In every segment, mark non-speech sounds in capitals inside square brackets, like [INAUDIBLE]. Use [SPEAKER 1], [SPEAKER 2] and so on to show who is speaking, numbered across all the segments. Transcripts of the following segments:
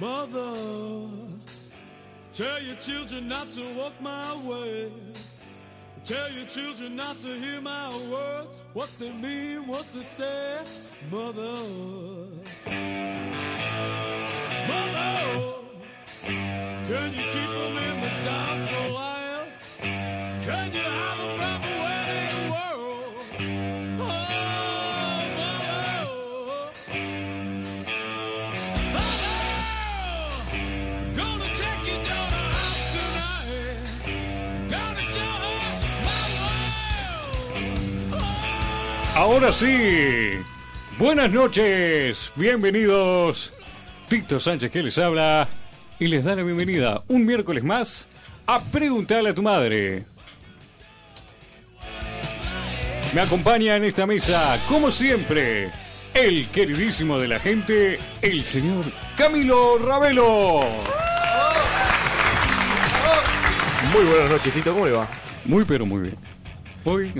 [SPEAKER 1] Mother, tell your children not to walk my way. Tell your children not to hear my words, what they mean, what they say. Mother, Mother, can you keep them in the dark for a while? Can you have them from the wedding world? Oh, Mother. Gonna take your daughter out tonight. Gonna show her my world.
[SPEAKER 2] Ahora sí. Buenas noches. Bienvenidos. Tito Sánchez que les habla y les da la bienvenida un miércoles más a Preguntarle a tu madre. Me acompaña en esta mesa, como siempre, el queridísimo de la gente, el señor Camilo Ravelo.
[SPEAKER 3] Muy buenas noches, Tito, ¿cómo le va?
[SPEAKER 2] Muy pero muy bien. Hoy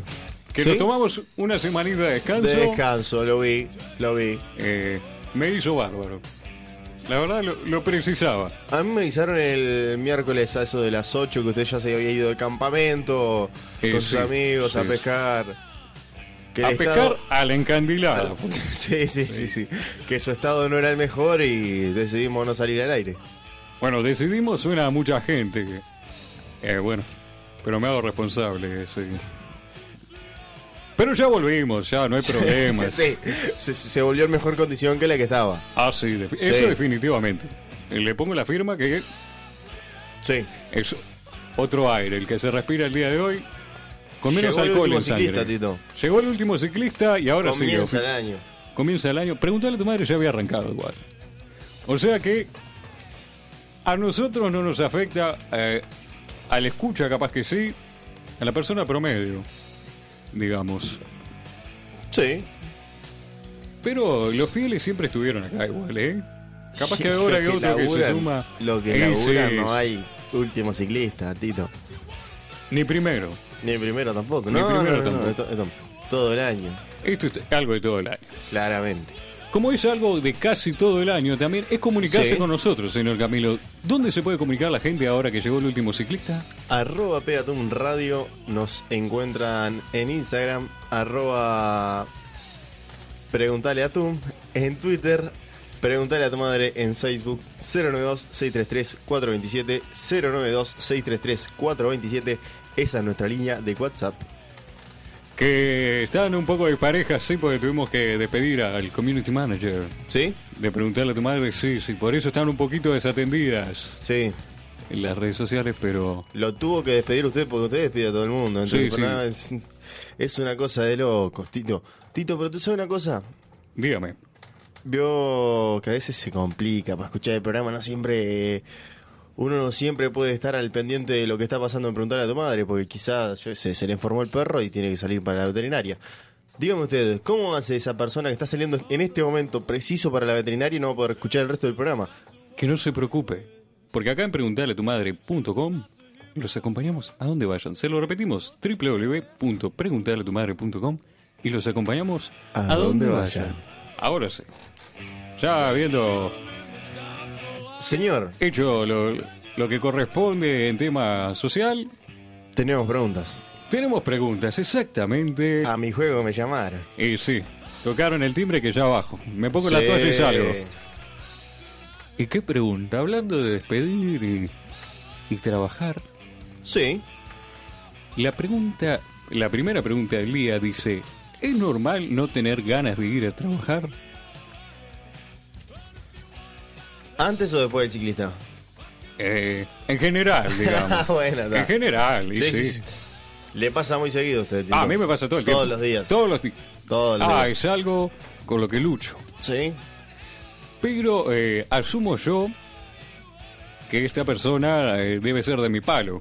[SPEAKER 2] que
[SPEAKER 3] ¿Sí?
[SPEAKER 2] nos tomamos una semanita de descanso.
[SPEAKER 3] De descanso, lo vi, lo vi.
[SPEAKER 2] Eh, me hizo bárbaro. La verdad lo, lo precisaba.
[SPEAKER 3] A mí me avisaron el miércoles a eso de las 8 que usted ya se había ido de campamento
[SPEAKER 2] Eh,
[SPEAKER 3] con
[SPEAKER 2] sí,
[SPEAKER 3] sus amigos
[SPEAKER 2] sí,
[SPEAKER 3] a
[SPEAKER 2] sí.
[SPEAKER 3] pescar. Que
[SPEAKER 2] a
[SPEAKER 3] el
[SPEAKER 2] pescar
[SPEAKER 3] estado- Ah,
[SPEAKER 2] a la encandilada.
[SPEAKER 3] [LAUGHS] Sí, sí, sí, sí. Que su estado no era el mejor y decidimos no salir al aire.
[SPEAKER 2] Bueno, decidimos, suena a mucha gente. que- eh, bueno, pero me hago responsable. sí. Pero ya volvimos, ya no hay problemas.
[SPEAKER 3] [LAUGHS] Sí, se, se volvió en mejor condición que la que estaba.
[SPEAKER 2] Ah, sí, defi-
[SPEAKER 3] Sí.
[SPEAKER 2] eso definitivamente. Le pongo la firma que
[SPEAKER 3] Sí.
[SPEAKER 2] es otro aire, el que se respira el día de hoy. Con menos
[SPEAKER 3] Llegó el
[SPEAKER 2] alcohol
[SPEAKER 3] último
[SPEAKER 2] en sangre.
[SPEAKER 3] ciclista, Tito.
[SPEAKER 2] Llegó el último ciclista y ahora sí.
[SPEAKER 3] Comienza
[SPEAKER 2] ofi-
[SPEAKER 3] el año.
[SPEAKER 2] comienza el año. Preguntale a tu madre, ya había arrancado igual. O sea que a nosotros no nos afecta, eh, al escucha capaz que sí, a la persona promedio, digamos.
[SPEAKER 3] Sí.
[SPEAKER 2] Pero los fieles siempre estuvieron acá igual, ¿eh? Capaz
[SPEAKER 3] [LAUGHS]
[SPEAKER 2] que ahora hay
[SPEAKER 3] Los
[SPEAKER 2] otro que se
[SPEAKER 3] laburan-
[SPEAKER 2] suma.
[SPEAKER 3] Los que
[SPEAKER 2] Eh,
[SPEAKER 3] laburan
[SPEAKER 2] sí,
[SPEAKER 3] no hay último ciclista, Tito.
[SPEAKER 2] Ni primero.
[SPEAKER 3] Ni el primero tampoco,
[SPEAKER 2] Ni
[SPEAKER 3] no,
[SPEAKER 2] primero
[SPEAKER 3] no, no,
[SPEAKER 2] tampoco.
[SPEAKER 3] esto- esto- todo el año,
[SPEAKER 2] Esto es algo de todo el año.
[SPEAKER 3] claramente.
[SPEAKER 2] Como es algo de casi todo el año también, es comunicarse
[SPEAKER 3] Sí.
[SPEAKER 2] con nosotros, señor Camilo. ¿Dónde se puede comunicar la gente ahora que llegó el último ciclista?
[SPEAKER 3] Arroba Pegatum Radio, nos encuentran en Instagram, arroba Preguntale a tu, en Twitter, Preguntale a tu madre en Facebook, 092-633-427, 092-633-427, esa es nuestra línea de WhatsApp.
[SPEAKER 2] Que estaban un poco de pareja, sí, porque tuvimos que despedir al community manager.
[SPEAKER 3] ¿Sí?
[SPEAKER 2] De preguntarle a tu madre, sí, sí, por eso están un poquito desatendidas
[SPEAKER 3] Sí.
[SPEAKER 2] en las redes sociales, pero
[SPEAKER 3] Lo tuvo que despedir usted porque usted despide a todo el mundo. entonces,
[SPEAKER 2] Sí,
[SPEAKER 3] por
[SPEAKER 2] sí.
[SPEAKER 3] nada, es, es una cosa de locos, Tito. Tito, pero tú sabes una cosa.
[SPEAKER 2] dígame.
[SPEAKER 3] Veo que a veces se complica para escuchar el programa, no siempre. Uno no siempre puede estar al pendiente de lo que está pasando en preguntar a tu madre, porque quizás yo qué sé, se le informó el perro y tiene que salir para la veterinaria. Dígame ustedes, ¿cómo hace esa persona que está saliendo en este momento preciso para la veterinaria y no va a poder escuchar el resto del programa?
[SPEAKER 2] Que no se preocupe, porque acá en preguntarle a tu madre.com los acompañamos a donde vayan. Se lo repetimos, www.preguntarleatumadre.com y los acompañamos
[SPEAKER 3] A
[SPEAKER 2] a, donde
[SPEAKER 3] donde
[SPEAKER 2] vayan.
[SPEAKER 3] vayan.
[SPEAKER 2] Ahora sí. Ya habiendo
[SPEAKER 3] Señor,
[SPEAKER 2] hecho lo, lo que corresponde en tema social,
[SPEAKER 3] tenemos preguntas.
[SPEAKER 2] Tenemos preguntas, exactamente.
[SPEAKER 3] A mi juego me llamaron.
[SPEAKER 2] Y sí, tocaron el timbre que ya abajo. Me pongo la toalla y
[SPEAKER 3] Sí.
[SPEAKER 2] salgo. ¿Y qué pregunta? Hablando de despedir y, y trabajar,
[SPEAKER 3] Sí.
[SPEAKER 2] la pregunta, la primera pregunta del día dice: ¿Es normal no tener ganas de ir a trabajar?
[SPEAKER 3] ¿Antes o después del ciclista?
[SPEAKER 2] Eh, en
[SPEAKER 3] [LAUGHS]
[SPEAKER 2] general, digamos.
[SPEAKER 3] Bueno, está.
[SPEAKER 2] en general, y sí. Ah,
[SPEAKER 3] Le pasa muy seguido a usted. Tito.
[SPEAKER 2] A mí me pasa todo el
[SPEAKER 3] Todos
[SPEAKER 2] tiempo.
[SPEAKER 3] los días.
[SPEAKER 2] Todos los días.
[SPEAKER 3] Todos los
[SPEAKER 2] Ah,
[SPEAKER 3] días.
[SPEAKER 2] es algo con lo que lucho.
[SPEAKER 3] Sí.
[SPEAKER 2] Pero eh, asumo yo que esta persona eh, debe ser de mi palo.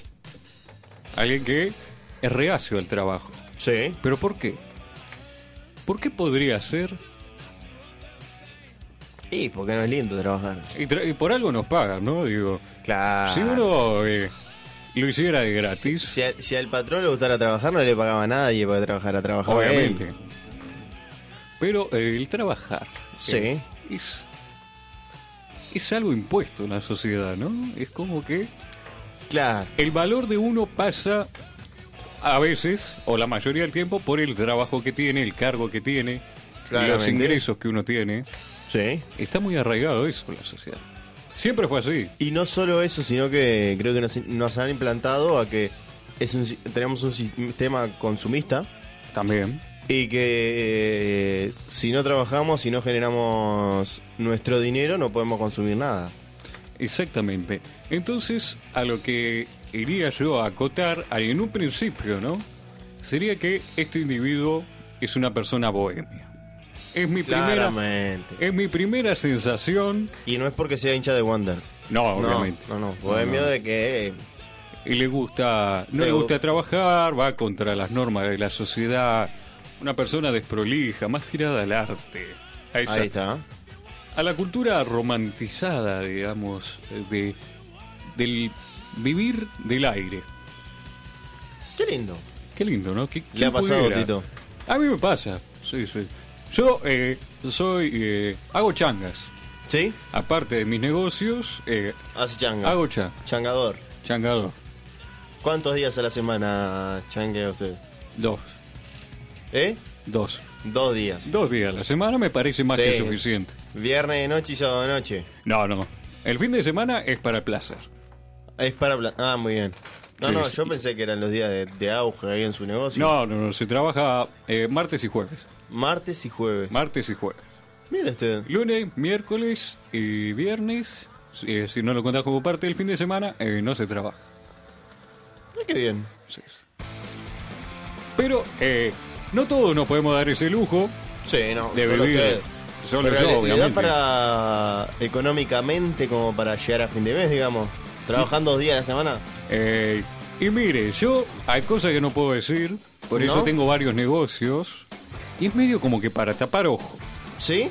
[SPEAKER 2] Alguien que es reacio al trabajo.
[SPEAKER 3] Sí.
[SPEAKER 2] ¿Pero por qué? ¿Por qué podría ser?
[SPEAKER 3] Y porque no es lindo trabajar.
[SPEAKER 2] Y, tra- y por algo nos pagan, ¿no? Digo,
[SPEAKER 3] Claro.
[SPEAKER 2] si uno eh, lo hiciera de
[SPEAKER 3] Si,
[SPEAKER 2] gratis,
[SPEAKER 3] si a- si al patrón le gustara trabajar, no le pagaba a nadie para trabajar a trabajar.
[SPEAKER 2] obviamente.
[SPEAKER 3] él.
[SPEAKER 2] Pero eh, el trabajar
[SPEAKER 3] Sí.
[SPEAKER 2] es, es algo impuesto en la sociedad, ¿no? Es como que
[SPEAKER 3] Claro.
[SPEAKER 2] el valor de uno pasa a veces, o la mayoría del tiempo, por el trabajo que tiene, el cargo que tiene, los
[SPEAKER 3] Claramente.
[SPEAKER 2] ingresos que uno tiene.
[SPEAKER 3] Sí.
[SPEAKER 2] Está muy arraigado eso en la sociedad. Siempre fue así.
[SPEAKER 3] Y no solo eso, sino que creo que nos, nos han implantado a que es un si- tenemos un sistema consumista
[SPEAKER 2] También.
[SPEAKER 3] y que eh, si no trabajamos, si no generamos nuestro dinero, no podemos consumir nada.
[SPEAKER 2] Exactamente. Entonces, a lo que iría yo a acotar, a- en un principio, ¿no? Sería que este individuo es una persona bohemia. Es mi primera,
[SPEAKER 3] Claramente.
[SPEAKER 2] es mi primera sensación.
[SPEAKER 3] Y no es porque sea hincha de Wonders.
[SPEAKER 2] No, obviamente.
[SPEAKER 3] No, no, no. miedo de que. eh,
[SPEAKER 2] Y le gusta, no le
[SPEAKER 3] Pero-
[SPEAKER 2] gusta trabajar, va contra las normas de la sociedad. Una persona desprolija, más tirada al arte. A esa-
[SPEAKER 3] ahí está.
[SPEAKER 2] a la cultura romantizada, digamos, de, del vivir del aire.
[SPEAKER 3] Qué lindo.
[SPEAKER 2] Qué lindo, ¿no? ¿Qué,
[SPEAKER 3] Le ha pasado, Tito.
[SPEAKER 2] A mí me pasa, sí, sí. Yo eh, soy, eh, hago changas.
[SPEAKER 3] ¿Sí?
[SPEAKER 2] Aparte de mis negocios, eh,
[SPEAKER 3] Hace changas.
[SPEAKER 2] Hago changas.
[SPEAKER 3] Changador.
[SPEAKER 2] changador,
[SPEAKER 3] ¿Cuántos días a la semana changuea usted?
[SPEAKER 2] dos,
[SPEAKER 3] ¿Eh?
[SPEAKER 2] dos.
[SPEAKER 3] Dos días.
[SPEAKER 2] Dos días a la semana me parece más
[SPEAKER 3] Sí.
[SPEAKER 2] que suficiente.
[SPEAKER 3] Viernes de noche y sábado de noche.
[SPEAKER 2] No, no. El fin de semana es para placer.
[SPEAKER 3] Es para... pla- Ah, muy bien. No,
[SPEAKER 2] Sí,
[SPEAKER 3] no,
[SPEAKER 2] sí.
[SPEAKER 3] yo pensé que eran los días de, de auge ahí en su negocio.
[SPEAKER 2] No, no, no. Se trabaja eh, martes y jueves.
[SPEAKER 3] Martes y jueves.
[SPEAKER 2] Martes y jueves.
[SPEAKER 3] Mira usted.
[SPEAKER 2] Lunes, miércoles y viernes. eh, si no lo contás como parte del fin de semana, eh, no se trabaja.
[SPEAKER 3] Mira qué bien.
[SPEAKER 2] Sí. Pero eh, no todos nos podemos dar ese lujo
[SPEAKER 3] Sí, no.
[SPEAKER 2] de
[SPEAKER 3] solo
[SPEAKER 2] vivir.
[SPEAKER 3] usted.
[SPEAKER 2] Solo
[SPEAKER 3] Pero
[SPEAKER 2] yo,
[SPEAKER 3] le- le, da
[SPEAKER 2] obviamente.
[SPEAKER 3] para... Económicamente como para llegar a fin de mes, digamos. Trabajando dos días a la semana.
[SPEAKER 2] Eh, y mire, yo hay cosas que no puedo decir, por eso
[SPEAKER 3] ¿No?
[SPEAKER 2] tengo varios negocios. Y es medio como que para tapar ojo.
[SPEAKER 3] ¿Sí?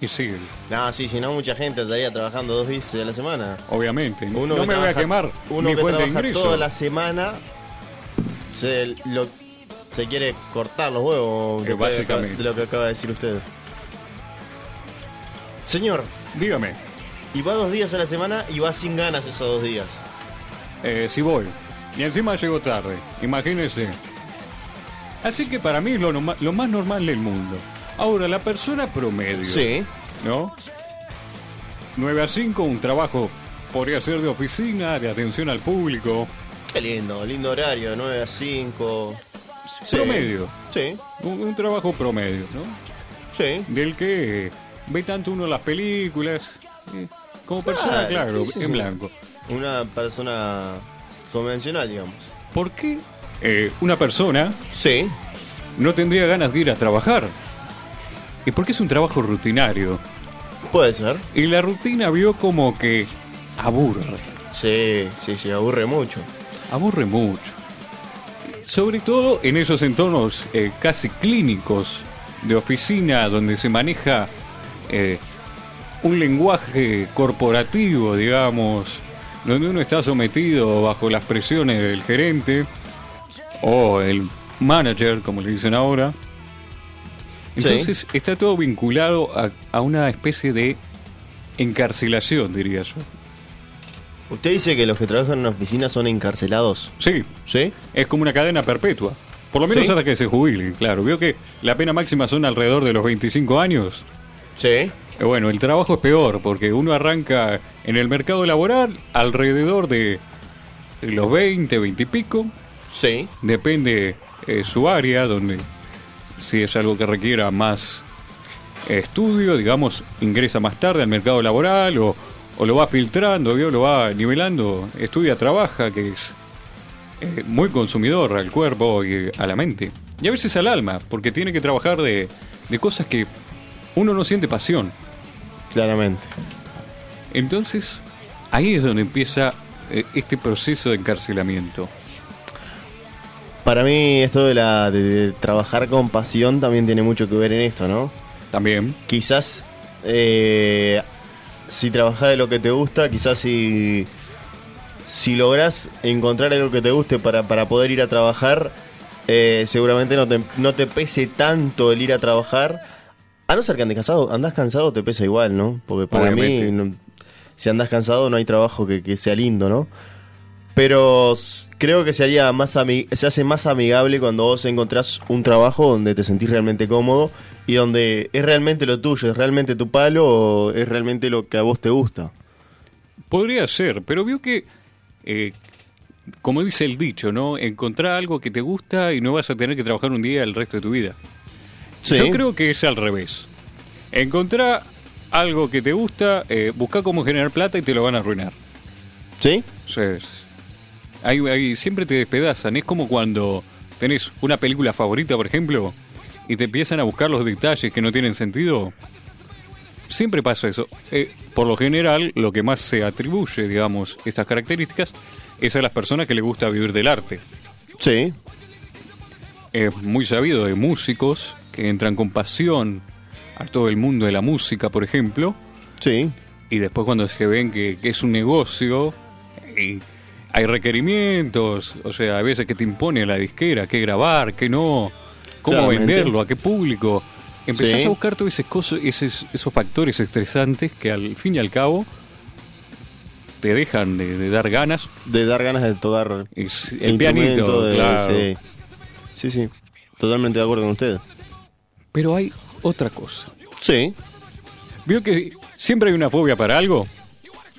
[SPEAKER 2] Y sigue,
[SPEAKER 3] No, sí, si no mucha gente estaría trabajando dos veces a la semana.
[SPEAKER 2] obviamente.
[SPEAKER 3] Uno
[SPEAKER 2] no
[SPEAKER 3] que
[SPEAKER 2] me voy a
[SPEAKER 3] trabaja-
[SPEAKER 2] quemar
[SPEAKER 3] uno
[SPEAKER 2] mi
[SPEAKER 3] que
[SPEAKER 2] fuente de
[SPEAKER 3] trabaja
[SPEAKER 2] ingreso.
[SPEAKER 3] toda la semana se, lo, se quiere cortar los huevos
[SPEAKER 2] Eh,
[SPEAKER 3] después de-
[SPEAKER 2] básicamente.
[SPEAKER 3] de lo que acaba de decir usted. Señor,
[SPEAKER 2] Dígame,
[SPEAKER 3] y va dos días a la semana y va sin ganas esos dos días.
[SPEAKER 2] eh, si voy. Y encima llego tarde, imagínense. Así que para mí es lo, norma- lo más normal del mundo. Ahora, la persona promedio. ¿no? 9 a 5, un trabajo podría ser de oficina, de atención al público,
[SPEAKER 3] Qué lindo, lindo horario, 9 a 5.
[SPEAKER 2] Promedio.
[SPEAKER 3] Sí,
[SPEAKER 2] un, un trabajo promedio, ¿no?
[SPEAKER 3] sí.
[SPEAKER 2] Del que eh, ve tanto uno las películas, eh, como persona,
[SPEAKER 3] Claro,
[SPEAKER 2] claro,
[SPEAKER 3] Ah, sí, sí,
[SPEAKER 2] en
[SPEAKER 3] sí.
[SPEAKER 2] blanco.
[SPEAKER 3] Una persona convencional, digamos.
[SPEAKER 2] ¿Por qué eh, una persona
[SPEAKER 3] Sí.
[SPEAKER 2] no tendría ganas de ir a trabajar? Y porque es un trabajo rutinario.
[SPEAKER 3] Puede ser.
[SPEAKER 2] Y la rutina vio como que aburre.
[SPEAKER 3] Sí, sí, sí, aburre mucho.
[SPEAKER 2] aburre mucho. Sobre todo en esos entornos eh, casi clínicos de oficina donde se maneja eh, un lenguaje corporativo, digamos, donde uno está sometido bajo las presiones del gerente o el manager, como le dicen ahora.
[SPEAKER 3] Sí.
[SPEAKER 2] Entonces está todo vinculado a, a una especie de encarcelación, diría yo.
[SPEAKER 3] Usted dice que los que trabajan en una oficina son encarcelados.
[SPEAKER 2] Sí,
[SPEAKER 3] ¿Sí?
[SPEAKER 2] Es como una cadena perpetua. Por lo menos
[SPEAKER 3] Sí.
[SPEAKER 2] hasta que se jubilen, claro. Vio que la pena máxima son alrededor de los 25 años.
[SPEAKER 3] Sí.
[SPEAKER 2] Eh, Bueno, el trabajo es peor porque uno arranca en el mercado laboral alrededor de los 20, 20 y pico.
[SPEAKER 3] Sí.
[SPEAKER 2] Depende eh, su área, donde si es algo que requiera más estudio, digamos, ingresa más tarde al mercado laboral o, o lo va filtrando, ¿vio? lo va nivelando, estudia, trabaja, que es eh, muy consumidor al cuerpo y a la mente. Y a veces al alma, porque tiene que trabajar de, de cosas que uno no siente pasión.
[SPEAKER 3] Claramente.
[SPEAKER 2] Entonces, ahí es donde empieza eh, este proceso de encarcelamiento.
[SPEAKER 3] Para mí esto de, la, de, de trabajar con pasión también tiene mucho que ver en esto, ¿no?
[SPEAKER 2] También.
[SPEAKER 3] Quizás eh, si trabajas de lo que te gusta, quizás si, si logras encontrar algo que te guste para, para poder ir a trabajar, eh, seguramente no te, no te pese tanto el ir a trabajar. A no ser que andes cansado, andás cansado te pesa igual, ¿no? Porque para
[SPEAKER 2] Obviamente.
[SPEAKER 3] mí no- si andás cansado no hay trabajo que, que sea lindo, ¿no? Pero s- creo que se, haría más ami- se hace más amigable cuando vos encontrás un trabajo donde te sentís realmente cómodo y donde es realmente lo tuyo, es realmente tu palo o es realmente lo que a vos te gusta.
[SPEAKER 2] Podría ser, pero vio que, eh, como dice el dicho, ¿no? Encontrá algo que te gusta y no vas a tener que trabajar un día el resto de tu vida.
[SPEAKER 3] Sí.
[SPEAKER 2] Yo creo que es al revés. Encontrá algo que te gusta, eh, buscá cómo generar plata y te lo van a arruinar.
[SPEAKER 3] ¿Sí?
[SPEAKER 2] O sea, es- hay- hay- siempre te despedazan. Es como cuando tenés una película favorita, por ejemplo, y te empiezan a buscar los detalles que no tienen sentido. Siempre pasa eso. Eh, por lo general, lo que más se atribuye, digamos, estas características es a las personas que les gusta vivir del arte.
[SPEAKER 3] Sí.
[SPEAKER 2] Es muy sabido de músicos que entran con pasión a todo el mundo de la música, por ejemplo,
[SPEAKER 3] Sí.
[SPEAKER 2] y después cuando se ven que, que es un negocio y hay requerimientos, o sea, a veces que te impone la disquera, qué grabar, qué no, cómo
[SPEAKER 3] Claramente.
[SPEAKER 2] venderlo, a qué público. Empezás
[SPEAKER 3] Sí.
[SPEAKER 2] a buscar todos esos, coso- esos, esos factores estresantes que al fin y al cabo te dejan de, de dar ganas.
[SPEAKER 3] De dar ganas de tocar
[SPEAKER 2] Es el pianito,
[SPEAKER 3] instrumento, de-
[SPEAKER 2] claro.
[SPEAKER 3] sí. sí, sí. Totalmente de acuerdo con usted.
[SPEAKER 2] Pero hay otra cosa.
[SPEAKER 3] Sí.
[SPEAKER 2] Vio que siempre hay una fobia para algo.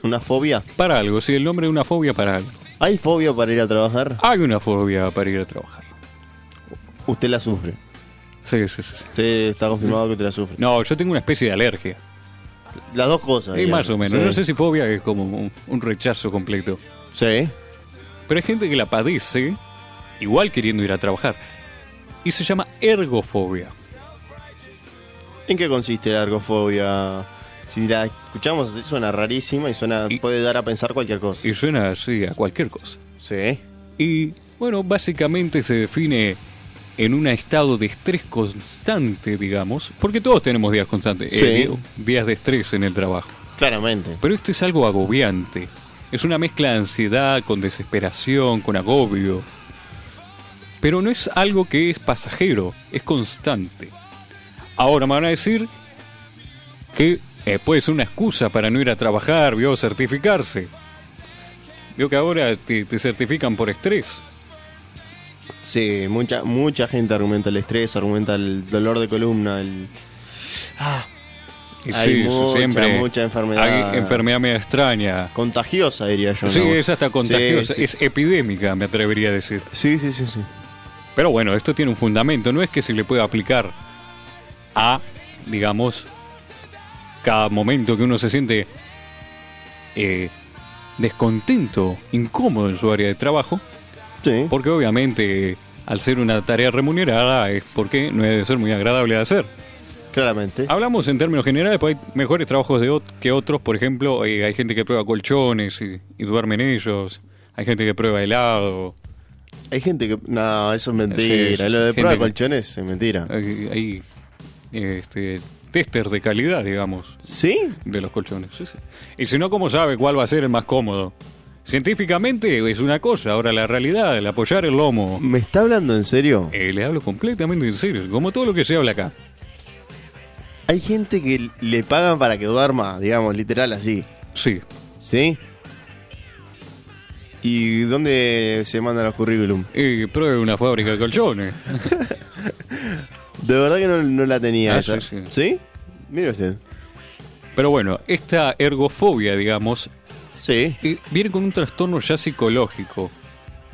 [SPEAKER 3] ¿Una fobia?
[SPEAKER 2] Para algo, sí, el nombre de una fobia para algo.
[SPEAKER 3] ¿Hay fobia para ir a trabajar?
[SPEAKER 2] Hay una fobia para ir a trabajar.
[SPEAKER 3] Usted la sufre.
[SPEAKER 2] Sí, sí, sí. sí.
[SPEAKER 3] Usted está confirmado que te la sufre.
[SPEAKER 2] No, yo tengo una especie de alergia.
[SPEAKER 3] Las dos cosas.
[SPEAKER 2] Y
[SPEAKER 3] digamos.
[SPEAKER 2] más o menos.
[SPEAKER 3] Sí.
[SPEAKER 2] No sé si fobia es como un, un rechazo completo.
[SPEAKER 3] Sí.
[SPEAKER 2] Pero hay gente que la padece, igual queriendo ir a trabajar. Y se llama ergofobia.
[SPEAKER 3] ¿En qué consiste la ergofobia? Si la escuchamos así suena rarísima y suena
[SPEAKER 2] Y-
[SPEAKER 3] puede dar a pensar cualquier cosa.
[SPEAKER 2] Y suena así a cualquier cosa.
[SPEAKER 3] Sí.
[SPEAKER 2] Y bueno, básicamente se define en un estado de estrés constante, digamos. Porque todos tenemos días constantes.
[SPEAKER 3] Sí.
[SPEAKER 2] eh, días de estrés en el trabajo.
[SPEAKER 3] Claramente.
[SPEAKER 2] Pero esto es algo agobiante. Es una mezcla de ansiedad, con desesperación, con agobio. Pero no es algo que es pasajero, es constante. Ahora me van a decir que eh, puede ser una excusa para no ir a trabajar, vio, certificarse. Vio que ahora te, te certifican por estrés.
[SPEAKER 3] Sí, mucha mucha gente argumenta el estrés, argumenta el dolor de columna, el
[SPEAKER 2] Y
[SPEAKER 3] Hay
[SPEAKER 2] sí, eso
[SPEAKER 3] mucha, mucha enfermedad.
[SPEAKER 2] Hay enfermedad media extraña.
[SPEAKER 3] contagiosa diría yo.
[SPEAKER 2] sí,
[SPEAKER 3] ¿no?
[SPEAKER 2] es hasta contagiosa,
[SPEAKER 3] Sí, sí.
[SPEAKER 2] es epidémica, me atrevería a decir.
[SPEAKER 3] Sí, sí, sí, sí.
[SPEAKER 2] Pero bueno, esto tiene un fundamento, no es que se le pueda aplicar a, digamos, cada momento que uno se siente eh, descontento, incómodo en su área de trabajo,
[SPEAKER 3] Sí.
[SPEAKER 2] porque obviamente eh, al ser una tarea remunerada es porque no debe ser muy agradable de hacer.
[SPEAKER 3] Claramente.
[SPEAKER 2] Hablamos en términos generales, pues hay mejores trabajos de ot- que otros, por ejemplo, eh, hay gente que prueba colchones y, y duerme en ellos, hay gente que prueba helado,
[SPEAKER 3] Hay gente que. No, eso es
[SPEAKER 2] Sí,
[SPEAKER 3] mentira.
[SPEAKER 2] sí,
[SPEAKER 3] Lo de
[SPEAKER 2] sí,
[SPEAKER 3] prueba de
[SPEAKER 2] gente que-
[SPEAKER 3] colchones es mentira.
[SPEAKER 2] hay, hay, este, testers de calidad, digamos.
[SPEAKER 3] ¿Sí?
[SPEAKER 2] De los colchones, sí, sí. Y si no, ¿cómo sabe cuál va a ser el más cómodo? Científicamente es una cosa, ahora la realidad, el apoyar el lomo.
[SPEAKER 3] ¿Me está hablando en serio?
[SPEAKER 2] Eh, le hablo completamente en serio, como todo lo que se habla acá.
[SPEAKER 3] Hay gente que le pagan para que duerma, digamos, literal así.
[SPEAKER 2] Sí.
[SPEAKER 3] ¿Sí? ¿Y dónde se mandan los currículum?
[SPEAKER 2] Y pruebe una fábrica de colchones.
[SPEAKER 3] De verdad que no, no la tenía
[SPEAKER 2] Ah,
[SPEAKER 3] esa.
[SPEAKER 2] sí, sí.
[SPEAKER 3] Mire usted.
[SPEAKER 2] Pero bueno, esta ergofobia, digamos,
[SPEAKER 3] Sí.
[SPEAKER 2] eh, viene con un trastorno ya psicológico,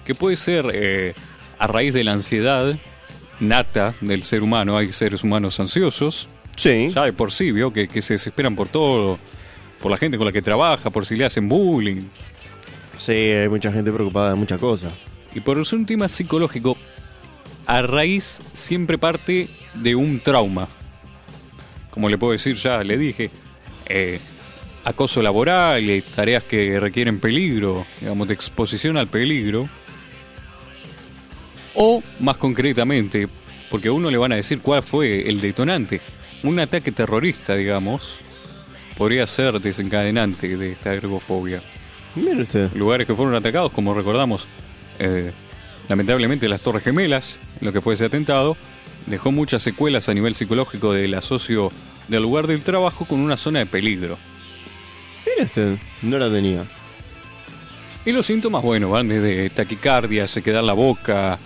[SPEAKER 2] que puede ser eh, a raíz de la ansiedad nata del ser humano. Hay seres humanos ansiosos,
[SPEAKER 3] Sí.
[SPEAKER 2] ya de por sí, vio, que, que se desesperan por todo, por la gente con la que trabaja, por si le hacen bullying.
[SPEAKER 3] Sí, hay mucha gente preocupada de muchas cosas.
[SPEAKER 2] Y por eso un tema psicológico, a raíz siempre parte de un trauma. Como le puedo decir, ya le dije, eh, acoso laboral, eh, tareas que requieren peligro, digamos, de exposición al peligro. O más concretamente, porque a uno le van a decir cuál fue el detonante, un ataque terrorista, digamos, podría ser desencadenante de esta ergofobia
[SPEAKER 3] Mire usted.
[SPEAKER 2] eh, lugares que fueron atacados, como recordamos, eh, lamentablemente las Torres Gemelas, lo que fue ese atentado, dejó muchas secuelas a nivel psicológico del asocio del lugar del trabajo con una zona de peligro.
[SPEAKER 3] Mire Este, no la tenía.
[SPEAKER 2] Y los síntomas, bueno, van desde taquicardia, sequedad en la boca,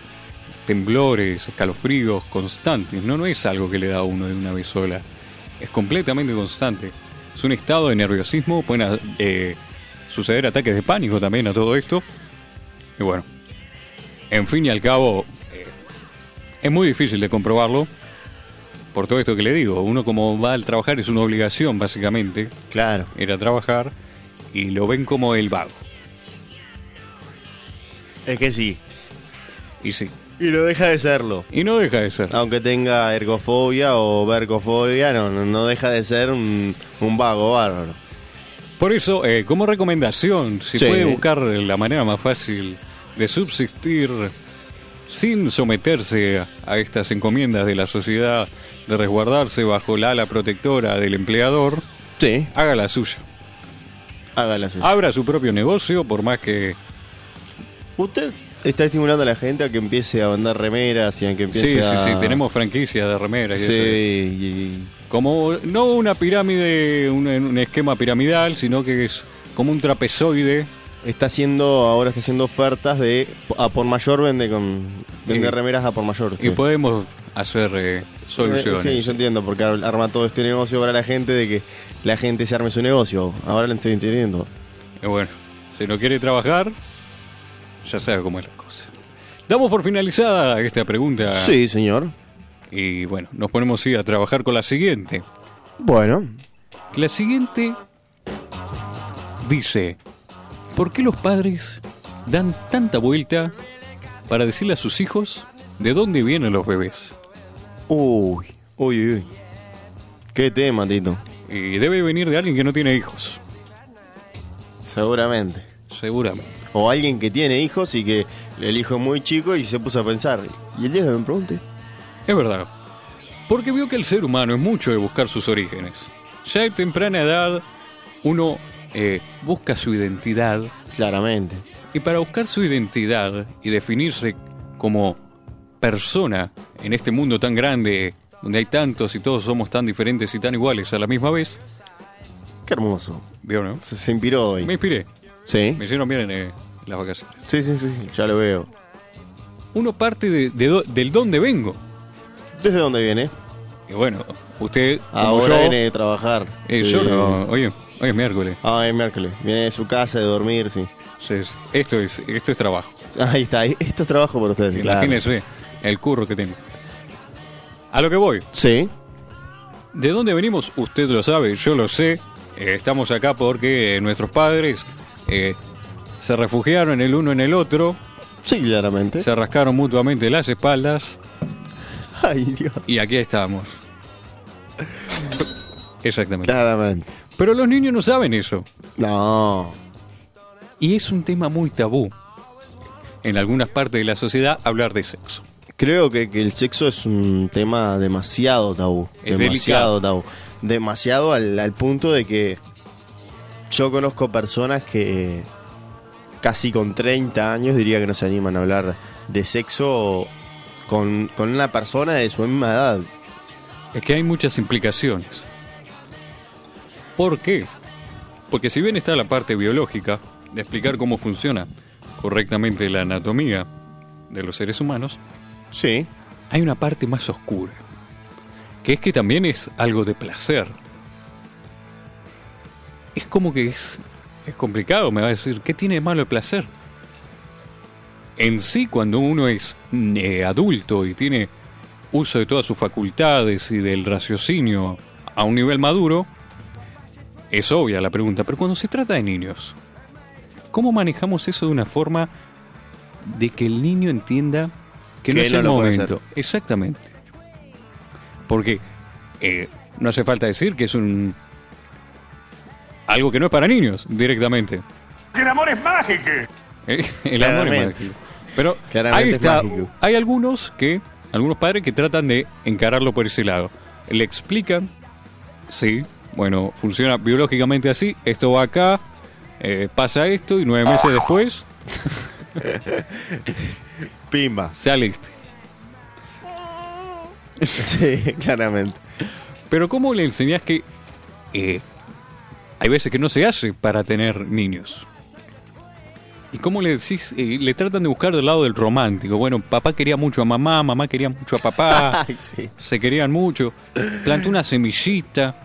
[SPEAKER 2] temblores, escalofríos constantes. No, no es algo que le da a uno de una vez sola. Es completamente constante. Es un estado de nerviosismo. Pueden eh, suceder ataques de pánico también a todo esto. Y bueno, en fin y al cabo, eh, es muy difícil de comprobarlo. Por todo esto que le digo, uno como va al trabajar es una obligación básicamente
[SPEAKER 3] Claro.
[SPEAKER 2] ir a trabajar y lo ven como el vago.
[SPEAKER 3] Es que sí.
[SPEAKER 2] Y sí.
[SPEAKER 3] Y no deja de serlo.
[SPEAKER 2] Y no deja de ser.
[SPEAKER 3] Aunque tenga ergofobia o vergofobia, no, no- no deja de ser un, un vago bárbaro.
[SPEAKER 2] Por eso, eh, como recomendación, si
[SPEAKER 3] Sí.
[SPEAKER 2] puede buscar la manera más fácil de subsistir sin someterse a estas encomiendas de la sociedad, de resguardarse bajo la ala protectora del empleador,
[SPEAKER 3] Sí.
[SPEAKER 2] haga la suya.
[SPEAKER 3] Hágala suya.
[SPEAKER 2] Abra su propio negocio, por más que... Ah,
[SPEAKER 3] ¿Usted está estimulando a la gente a que empiece a vender remeras y a que empiece
[SPEAKER 2] Sí,
[SPEAKER 3] a...
[SPEAKER 2] sí, sí, tenemos franquicias de remeras. y
[SPEAKER 3] Sí,
[SPEAKER 2] eso.
[SPEAKER 3] y-
[SPEAKER 2] Como no una pirámide, un, un esquema piramidal, sino que es como un trapezoide
[SPEAKER 3] está haciendo, ahora está haciendo ofertas de a por mayor vende con vende
[SPEAKER 2] Y-
[SPEAKER 3] remeras a por mayor.
[SPEAKER 2] y
[SPEAKER 3] usted.
[SPEAKER 2] podemos hacer eh, soluciones.
[SPEAKER 3] Sí, yo entiendo, porque ar- arma todo este negocio para la gente de que la gente se arme su negocio. Ahora lo estoy entendiendo.
[SPEAKER 2] Y Eh, bueno, si no quiere trabajar, ya sabe cómo es la cosa. Damos por finalizada esta pregunta.
[SPEAKER 3] Sí, señor.
[SPEAKER 2] Y bueno, nos ponemos sí, a trabajar con la siguiente.
[SPEAKER 3] Bueno,
[SPEAKER 2] La siguiente dice, ¿por qué los padres dan tanta vuelta para decirle a sus hijos de dónde vienen los bebés?
[SPEAKER 3] Uy, uy, uy. Qué tema, Tito.
[SPEAKER 2] Y debe venir de alguien que no tiene hijos,
[SPEAKER 3] Seguramente.
[SPEAKER 2] seguramente.
[SPEAKER 3] O alguien que tiene hijos y que el hijo es muy chico y se puso a pensar. Y el día que me pregunte.
[SPEAKER 2] Es verdad. Porque vio que el ser humano es mucho de buscar sus orígenes. Ya de temprana edad uno eh, busca su identidad
[SPEAKER 3] Claramente.
[SPEAKER 2] y para buscar su identidad y definirse como persona en este mundo tan grande donde hay tantos y todos somos tan diferentes y tan iguales a la misma vez,
[SPEAKER 3] Qué hermoso.
[SPEAKER 2] ¿vio no?
[SPEAKER 3] Se, se inspiró
[SPEAKER 2] Me
[SPEAKER 3] hoy.
[SPEAKER 2] inspiré,
[SPEAKER 3] Sí.
[SPEAKER 2] me hicieron bien eh, las vacaciones.
[SPEAKER 3] Sí, sí, sí. Ya lo veo.
[SPEAKER 2] Uno parte de, de do- del dónde vengo.
[SPEAKER 3] ¿Desde dónde viene?
[SPEAKER 2] Y bueno, usted, como
[SPEAKER 3] Ahora
[SPEAKER 2] yo,
[SPEAKER 3] viene de trabajar.
[SPEAKER 2] eh,
[SPEAKER 3] Sí.
[SPEAKER 2] yo no- oye, hoy es miércoles.
[SPEAKER 3] Ay, miércoles. Viene de su casa de dormir, sí.
[SPEAKER 2] Sí, sí. Esto es, esto es trabajo.
[SPEAKER 3] Ahí está. ahí- Esto es trabajo para ustedes. claro.
[SPEAKER 2] Imagínense el curro que tengo. A lo que voy.
[SPEAKER 3] Sí.
[SPEAKER 2] ¿De dónde venimos? Usted lo sabe, yo lo sé. Eh, estamos acá porque eh, nuestros padres eh, se refugiaron el uno en el otro,
[SPEAKER 3] Sí, claramente.
[SPEAKER 2] se rascaron mutuamente las espaldas
[SPEAKER 3] Ay, Dios.
[SPEAKER 2] y aquí estamos. Exactamente.
[SPEAKER 3] Claramente.
[SPEAKER 2] Pero los niños no saben eso.
[SPEAKER 3] No.
[SPEAKER 2] Y es un tema muy tabú en algunas partes de la sociedad hablar de sexo.
[SPEAKER 3] Creo que, que el sexo es un tema demasiado tabú.
[SPEAKER 2] Es
[SPEAKER 3] demasiado tabú. Demasiado al, al punto de que yo conozco personas que casi con 30 años diría que no se animan a hablar de sexo con, con una persona de su misma edad.
[SPEAKER 2] Es que hay muchas implicaciones. ¿Por qué? Porque si bien está la parte biológica de explicar cómo funciona correctamente la anatomía de los seres humanos,
[SPEAKER 3] Sí.
[SPEAKER 2] hay una parte más oscura, que es que también es algo de placer. Es como que es, es complicado, me va a decir, ¿qué tiene de malo el placer? En sí, cuando uno es eh, adulto y tiene uso de todas sus facultades y del raciocinio a un nivel maduro, es obvia la pregunta, pero cuando se trata de niños, ¿cómo manejamos eso de una forma de que el niño entienda que, no
[SPEAKER 3] Que
[SPEAKER 2] es
[SPEAKER 3] no
[SPEAKER 2] el
[SPEAKER 3] lo puede
[SPEAKER 2] momento? Exactamente. Porque eh, no hace falta decir que es un algo que no es para niños directamente.
[SPEAKER 1] El amor es mágico.
[SPEAKER 2] Eh, El amor es
[SPEAKER 3] Claramente.
[SPEAKER 2] mágico. Pero
[SPEAKER 3] Claramente
[SPEAKER 2] ahí
[SPEAKER 3] es
[SPEAKER 2] está.
[SPEAKER 3] mágico.
[SPEAKER 2] Hay algunos que, algunos padres que tratan de encararlo por ese lado. Le explican, sí, bueno, funciona biológicamente así, esto va acá, eh, pasa esto y nueve meses después
[SPEAKER 3] Pimba.
[SPEAKER 2] sale este.
[SPEAKER 3] [LAUGHS] Sí, claramente.
[SPEAKER 2] Pero ¿cómo le enseñás que eh, hay veces que no se hace para tener niños. ¿Y cómo le decís? eh, le tratan de buscar del lado del romántico. Bueno, papá quería mucho a mamá, mamá quería mucho a
[SPEAKER 3] [LAUGHS]
[SPEAKER 2] papá,
[SPEAKER 3] Ay, sí.
[SPEAKER 2] se querían mucho. Plantó una
[SPEAKER 3] [LAUGHS]
[SPEAKER 2] semillita.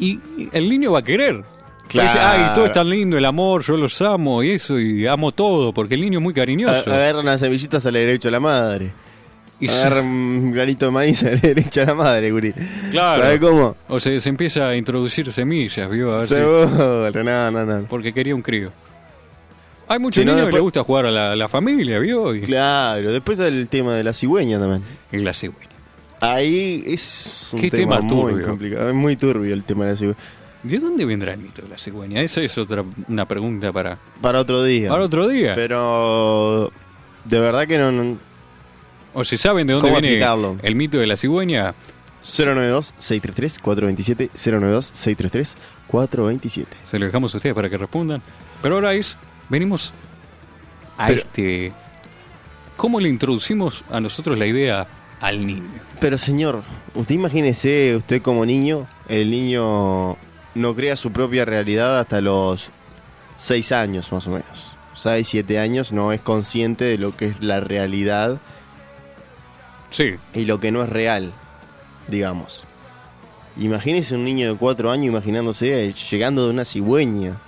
[SPEAKER 2] y el niño va a querer.
[SPEAKER 3] Claro.
[SPEAKER 2] Dice, ay, todo es tan lindo, el amor, yo los amo y eso, y amo todo, porque el niño es muy
[SPEAKER 3] A-
[SPEAKER 2] cariñoso.
[SPEAKER 3] Agarra una semillita sale derecho a la madre.
[SPEAKER 2] y se-
[SPEAKER 3] Agarra un granito de maíz [LAUGHS] sale derecho a la madre, Guri.
[SPEAKER 2] Claro.
[SPEAKER 3] ¿Sabes cómo?
[SPEAKER 2] o sea, se empieza a introducir semillas, ¿vio? A ver si-
[SPEAKER 3] Seguro, no,
[SPEAKER 2] [LAUGHS]
[SPEAKER 3] no, no.
[SPEAKER 2] porque quería un crío. Hay muchos
[SPEAKER 3] Si no,
[SPEAKER 2] niños que
[SPEAKER 3] después-
[SPEAKER 2] le gusta jugar a la, la familia, ¿vio? Y,
[SPEAKER 3] Claro, después está el tema de la cigüeña también.
[SPEAKER 2] y la cigüeña.
[SPEAKER 3] Ahí es un
[SPEAKER 2] Qué tema
[SPEAKER 3] muy
[SPEAKER 2] turbio.
[SPEAKER 3] complicado. Es muy turbio el tema de la cigüeña.
[SPEAKER 2] ¿De dónde vendrá el mito de la cigüeña? Esa es otra una pregunta para,
[SPEAKER 3] Para otro día.
[SPEAKER 2] para otro día.
[SPEAKER 3] Pero de verdad que no. no
[SPEAKER 2] o si saben de dónde
[SPEAKER 3] ¿Cómo
[SPEAKER 2] viene
[SPEAKER 3] aplicarlo?
[SPEAKER 2] el mito de la cigüeña,
[SPEAKER 3] 092-633-427. 092-633-427.
[SPEAKER 2] se lo dejamos a ustedes para que respondan. Pero ahora es, venimos a
[SPEAKER 3] Pero-
[SPEAKER 2] este... ¿Cómo le introducimos a nosotros la idea al niño?
[SPEAKER 3] Pero señor, usted imagínese, usted como niño, el niño no crea su propia realidad hasta los 6 años más o menos. 6, 7 años no es consciente de lo que es la realidad
[SPEAKER 2] Sí,
[SPEAKER 3] y lo que no es real, digamos. Imagínese un niño de 4 años imaginándose eh, llegando de una cigüeña.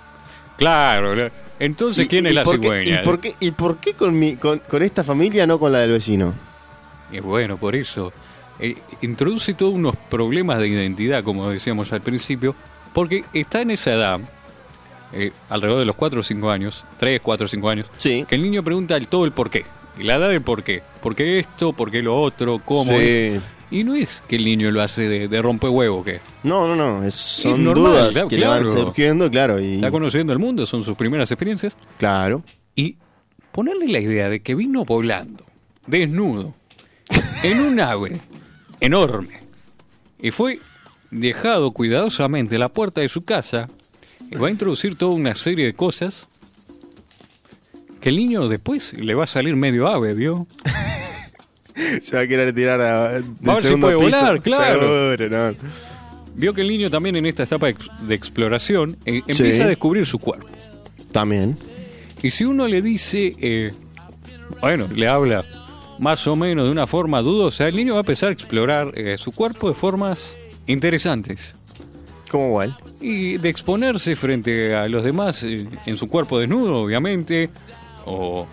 [SPEAKER 2] claro. la- Entonces,
[SPEAKER 3] ¿Y-
[SPEAKER 2] ¿quién
[SPEAKER 3] y
[SPEAKER 2] es la
[SPEAKER 3] por qué-
[SPEAKER 2] cigüeña? eh?
[SPEAKER 3] ¿Y por qué, y por qué con, mi- con- con esta familia no con la del vecino?
[SPEAKER 2] Y bueno, por eso. eh, introduce todos unos problemas de identidad, como decíamos al principio, porque está en esa edad, eh, alrededor de los 4 o 5 años, 3, 4 o 5 años,
[SPEAKER 3] Sí.
[SPEAKER 2] que el niño pregunta el todo el por qué. Y la edad del por qué. ¿Por qué esto? ¿Por qué lo otro? ¿Cómo?
[SPEAKER 3] Sí.
[SPEAKER 2] Y no es que el niño lo hace de, de rompehuevo, que
[SPEAKER 3] No, no, no. es- son
[SPEAKER 2] normal,
[SPEAKER 3] dudas
[SPEAKER 2] claro,
[SPEAKER 3] que le van
[SPEAKER 2] claro.
[SPEAKER 3] surgiendo, claro. Y,
[SPEAKER 2] está conociendo el mundo, son sus primeras experiencias.
[SPEAKER 3] Claro.
[SPEAKER 2] Y ponerle la idea de que vino volando, desnudo, en un ave enorme, y fue dejado cuidadosamente a la puerta de su casa, y va a introducir toda una serie de cosas que el niño después le va a salir medio ave, ¿vio?
[SPEAKER 3] [LAUGHS] Se va a querer tirar a, del
[SPEAKER 2] A ver si
[SPEAKER 3] segundo
[SPEAKER 2] puede
[SPEAKER 3] piso.
[SPEAKER 2] volar, claro.
[SPEAKER 3] Seguro, no.
[SPEAKER 2] Vio que el niño también en esta etapa de ex- de exploración eh, empieza
[SPEAKER 3] Sí.
[SPEAKER 2] a descubrir su cuerpo.
[SPEAKER 3] También.
[SPEAKER 2] Y si uno le dice, eh, bueno, le habla más o menos de una forma dudosa, el niño va a empezar a explorar eh, su cuerpo de formas interesantes
[SPEAKER 3] ¿Cómo igual?
[SPEAKER 2] y de exponerse frente a los demás eh, en su cuerpo desnudo, obviamente, o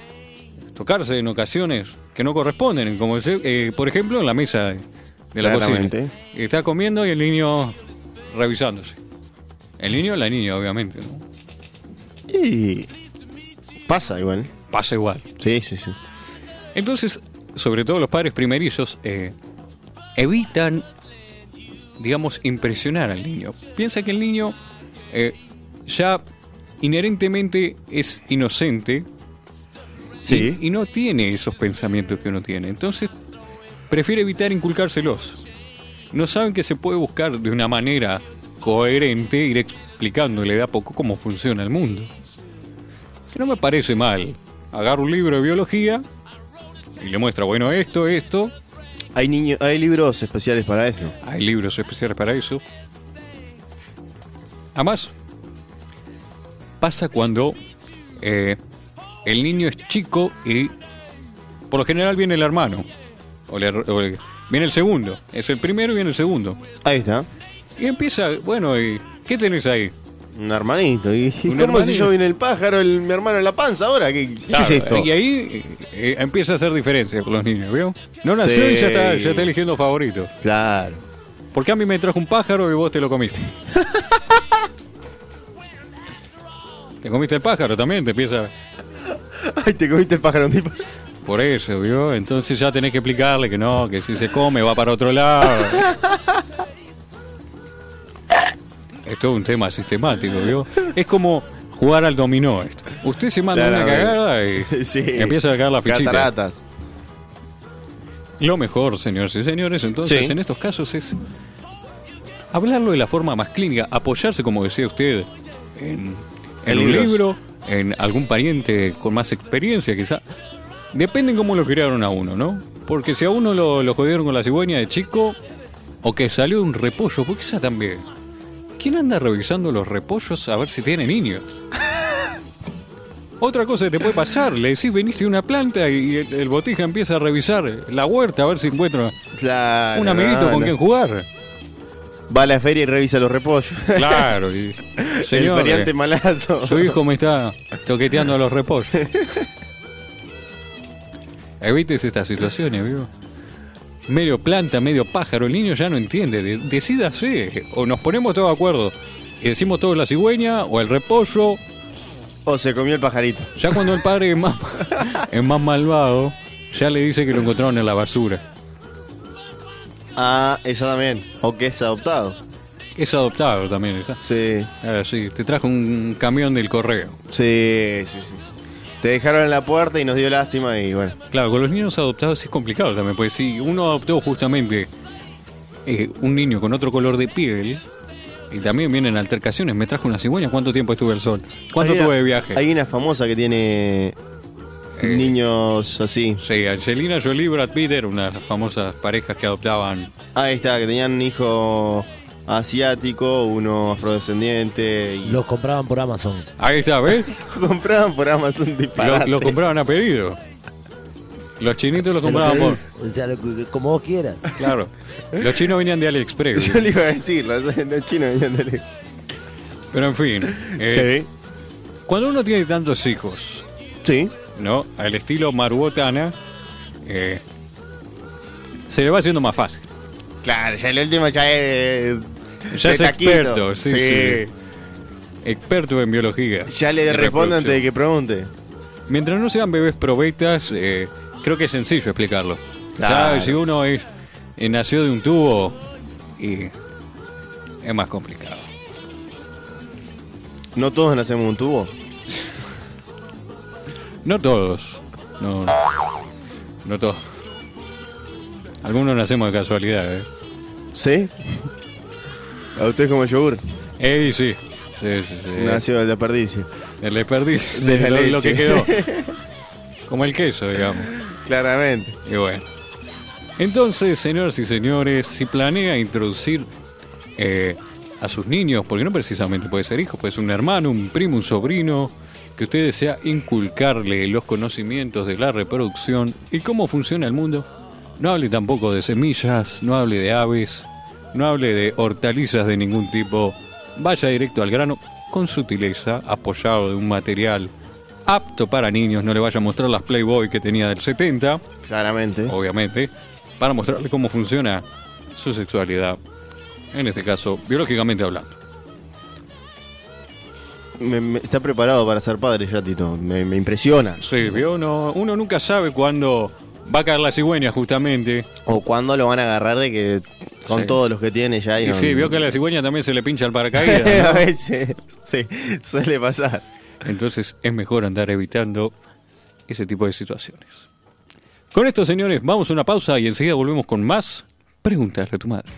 [SPEAKER 2] tocarse en ocasiones que no corresponden, como se- eh, por ejemplo en la mesa de, de la
[SPEAKER 3] Claramente.
[SPEAKER 2] cocina. Está comiendo y el niño revisándose. El niño, la niña, obviamente. ¿no?
[SPEAKER 3] Y. Pasa igual.
[SPEAKER 2] Pasa igual.
[SPEAKER 3] Sí, sí, sí.
[SPEAKER 2] Entonces, sobre todo los padres primerizos, eh, evitan, digamos, impresionar al niño. Piensa que el niño eh, ya inherentemente es inocente
[SPEAKER 3] Sí.
[SPEAKER 2] y, y no tiene esos pensamientos que uno tiene. Entonces, prefiere evitar inculcárselos. No saben que se puede buscar de una manera coherente, ir explicándole de a poco cómo funciona el mundo. Que no me parece mal. Agarra un libro de biología y le muestra, bueno, esto, esto.
[SPEAKER 3] Hay niños, hay libros especiales para eso.
[SPEAKER 2] Hay libros especiales para eso. Además, pasa cuando eh, el niño es chico y por lo general viene el hermano. O le- o le- viene el segundo. Es el primero y viene el segundo.
[SPEAKER 3] Ahí está.
[SPEAKER 2] Y empieza, bueno, ¿y ¿qué tenés ahí?
[SPEAKER 3] Un hermanito. ¿Y
[SPEAKER 2] Un
[SPEAKER 3] cómo
[SPEAKER 2] hermanito.
[SPEAKER 3] si yo vine el pájaro, el, mi hermano en la panza ahora? ¿Qué, qué es esto?
[SPEAKER 2] Y ahí eh, empieza a hacer diferencia con los niños, ¿vio? No nació y ya está,
[SPEAKER 3] Sí.
[SPEAKER 2] ya está eligiendo favorito.
[SPEAKER 3] Claro. [LAUGHS]
[SPEAKER 2] Porque a mí me trajo un pájaro y vos te lo comiste. te comiste el pájaro también, te empieza.
[SPEAKER 3] Ay, te comiste el pájaro, un tipo. [LAUGHS]
[SPEAKER 2] Por eso, ¿vio? Entonces ya tenés que explicarle que no, que si se come va para otro
[SPEAKER 3] [LAUGHS]
[SPEAKER 2] lado. es todo un tema sistemático, ¿vio? Es como jugar al dominó esto. Usted se manda
[SPEAKER 3] Claramente.
[SPEAKER 2] una cagada y
[SPEAKER 3] [LAUGHS] Sí.
[SPEAKER 2] empieza a caer la fichita.
[SPEAKER 3] Cataratas.
[SPEAKER 2] Lo mejor, señores y señores, entonces
[SPEAKER 3] Sí.
[SPEAKER 2] en estos casos es hablarlo de la forma más clínica, apoyarse, como decía usted, en, en
[SPEAKER 3] En
[SPEAKER 2] un
[SPEAKER 3] libros.
[SPEAKER 2] libro, en algún pariente con más experiencia, quizá. Depende cómo lo criaron a uno, ¿no? Porque si a uno lo, lo jodieron con la cigüeña de chico, o que salió de un repollo, porque esa también. ¿Quién anda revisando los repollos a ver si tiene niños? Otra cosa que te puede pasar, le decís veniste de una planta y el, el botija empieza a revisar la huerta a ver si encuentra
[SPEAKER 3] Claro.
[SPEAKER 2] un amiguito
[SPEAKER 3] no,
[SPEAKER 2] con
[SPEAKER 3] no.
[SPEAKER 2] quien
[SPEAKER 3] [LAUGHS]
[SPEAKER 2] jugar.
[SPEAKER 3] Va a la feria y revisa los repollos.
[SPEAKER 2] Claro, y,
[SPEAKER 3] el
[SPEAKER 2] señor,
[SPEAKER 3] feriante
[SPEAKER 2] eh,
[SPEAKER 3] malazo.
[SPEAKER 2] su hijo me está toqueteando a los repollos. Evites estas situaciones, eh, vivo. Medio planta, medio pájaro, el niño ya no entiende. De- Decídase, o nos ponemos todos de acuerdo y decimos todos la cigüeña o el repollo.
[SPEAKER 3] O se comió el pajarito.
[SPEAKER 2] Ya cuando el padre es más, [LAUGHS] es más malvado, ya le dice que lo encontraron en la basura.
[SPEAKER 3] Ah, esa también. O que es adoptado.
[SPEAKER 2] Es adoptado también, ¿está?
[SPEAKER 3] Sí.
[SPEAKER 2] Ah, sí, te trajo un camión del correo.
[SPEAKER 3] Sí, sí, sí. Te dejaron en la puerta y nos dio lástima y bueno.
[SPEAKER 2] Claro, con los niños adoptados es complicado también, porque si uno adoptó justamente eh, un niño con otro color de piel, y también vienen altercaciones, me trajo una cigüeña, ¿cuánto tiempo estuve al sol? ¿Cuánto
[SPEAKER 3] Hay
[SPEAKER 2] tuve
[SPEAKER 3] una-
[SPEAKER 2] de viaje?
[SPEAKER 3] Hay una famosa que tiene Eh. niños así.
[SPEAKER 2] Sí, Angelina Jolie y Brad Pitt eran unas famosas parejas que adoptaban.
[SPEAKER 3] Ahí está, que tenían un hijo asiático, uno afrodescendiente. Y...
[SPEAKER 4] Los compraban por Amazon.
[SPEAKER 2] Ahí está,
[SPEAKER 4] [LAUGHS]
[SPEAKER 2] ¿ves?
[SPEAKER 3] Lo compraban por Amazon
[SPEAKER 2] Lo,
[SPEAKER 3] disparate.
[SPEAKER 2] lo compraban a pedido. Los chinitos los
[SPEAKER 4] Te lo
[SPEAKER 2] compraban por...
[SPEAKER 4] pedís, ¿Eh? O sea, lo que- como vos quieras.
[SPEAKER 2] Claro. Los chinos venían de
[SPEAKER 4] [LAUGHS]
[SPEAKER 2] AliExpress.
[SPEAKER 3] [LAUGHS] Yo le iba a decirlo, los chinos venían de lejos.
[SPEAKER 2] Pero en fin. eh, Cuando uno tiene tantos hijos,
[SPEAKER 3] Sí.
[SPEAKER 2] ¿no? Al estilo Maruotana, eh, se le va haciendo más fácil.
[SPEAKER 3] Claro, ya el último ya es.
[SPEAKER 2] Ya
[SPEAKER 3] de
[SPEAKER 2] es
[SPEAKER 3] taquito.
[SPEAKER 2] experto, sí, Experto en biología.
[SPEAKER 3] Ya le
[SPEAKER 2] En
[SPEAKER 3] respondo
[SPEAKER 2] reproducción.
[SPEAKER 3] antes de que pregunte.
[SPEAKER 2] Mientras no sean bebés probetas, eh, creo que es sencillo explicarlo.
[SPEAKER 3] Claro.
[SPEAKER 2] Ya, si uno es, eh, nació de un tubo, y es más complicado.
[SPEAKER 3] No todos nacemos un tubo.
[SPEAKER 2] No todos. No, no todos. Algunos nacemos de casualidad, ¿eh?
[SPEAKER 3] ¿Sí? Eh, A usted es como yogur,
[SPEAKER 2] Ey, sí. Sí, sí, sí.
[SPEAKER 3] nació del desperdicio.
[SPEAKER 2] El desperdicio.
[SPEAKER 3] De la
[SPEAKER 2] lo, lo que quedó.
[SPEAKER 3] leche. [LAUGHS]
[SPEAKER 2] Como el queso, digamos.
[SPEAKER 3] Claramente.
[SPEAKER 2] Y bueno. Entonces, señoras y señores, si planea introducir eh, a sus niños, porque no precisamente puede ser hijo, puede ser un hermano, un primo, un sobrino, que usted desea inculcarle los conocimientos de la reproducción y cómo funciona el mundo, no hable tampoco de semillas, no hable de aves, no hable de hortalizas de ningún tipo, vaya directo al grano con sutileza, apoyado de un material apto para niños, no le vaya a mostrar las Playboy que tenía del 70
[SPEAKER 3] Claramente.
[SPEAKER 2] obviamente, para mostrarle cómo funciona su sexualidad, en este caso, biológicamente hablando.
[SPEAKER 3] Me- me- está preparado para ser padre ya, Tito. Me, me impresiona.
[SPEAKER 2] Sí, ¿vio? uno, uno nunca sabe cuándo va a caer la cigüeña, justamente.
[SPEAKER 3] O cuándo lo van a agarrar de que con
[SPEAKER 2] Sí.
[SPEAKER 3] todos los que tiene ya.
[SPEAKER 2] Y,
[SPEAKER 3] Y no-
[SPEAKER 2] sí,
[SPEAKER 3] [LAUGHS]
[SPEAKER 2] vio que a la cigüeña también se le pincha el paracaídas. [LAUGHS]
[SPEAKER 3] a veces, sí, suele pasar.
[SPEAKER 2] Entonces es mejor andar evitando ese tipo de situaciones. Con esto, señores, vamos a una pausa y enseguida volvemos con más preguntas a tu madre.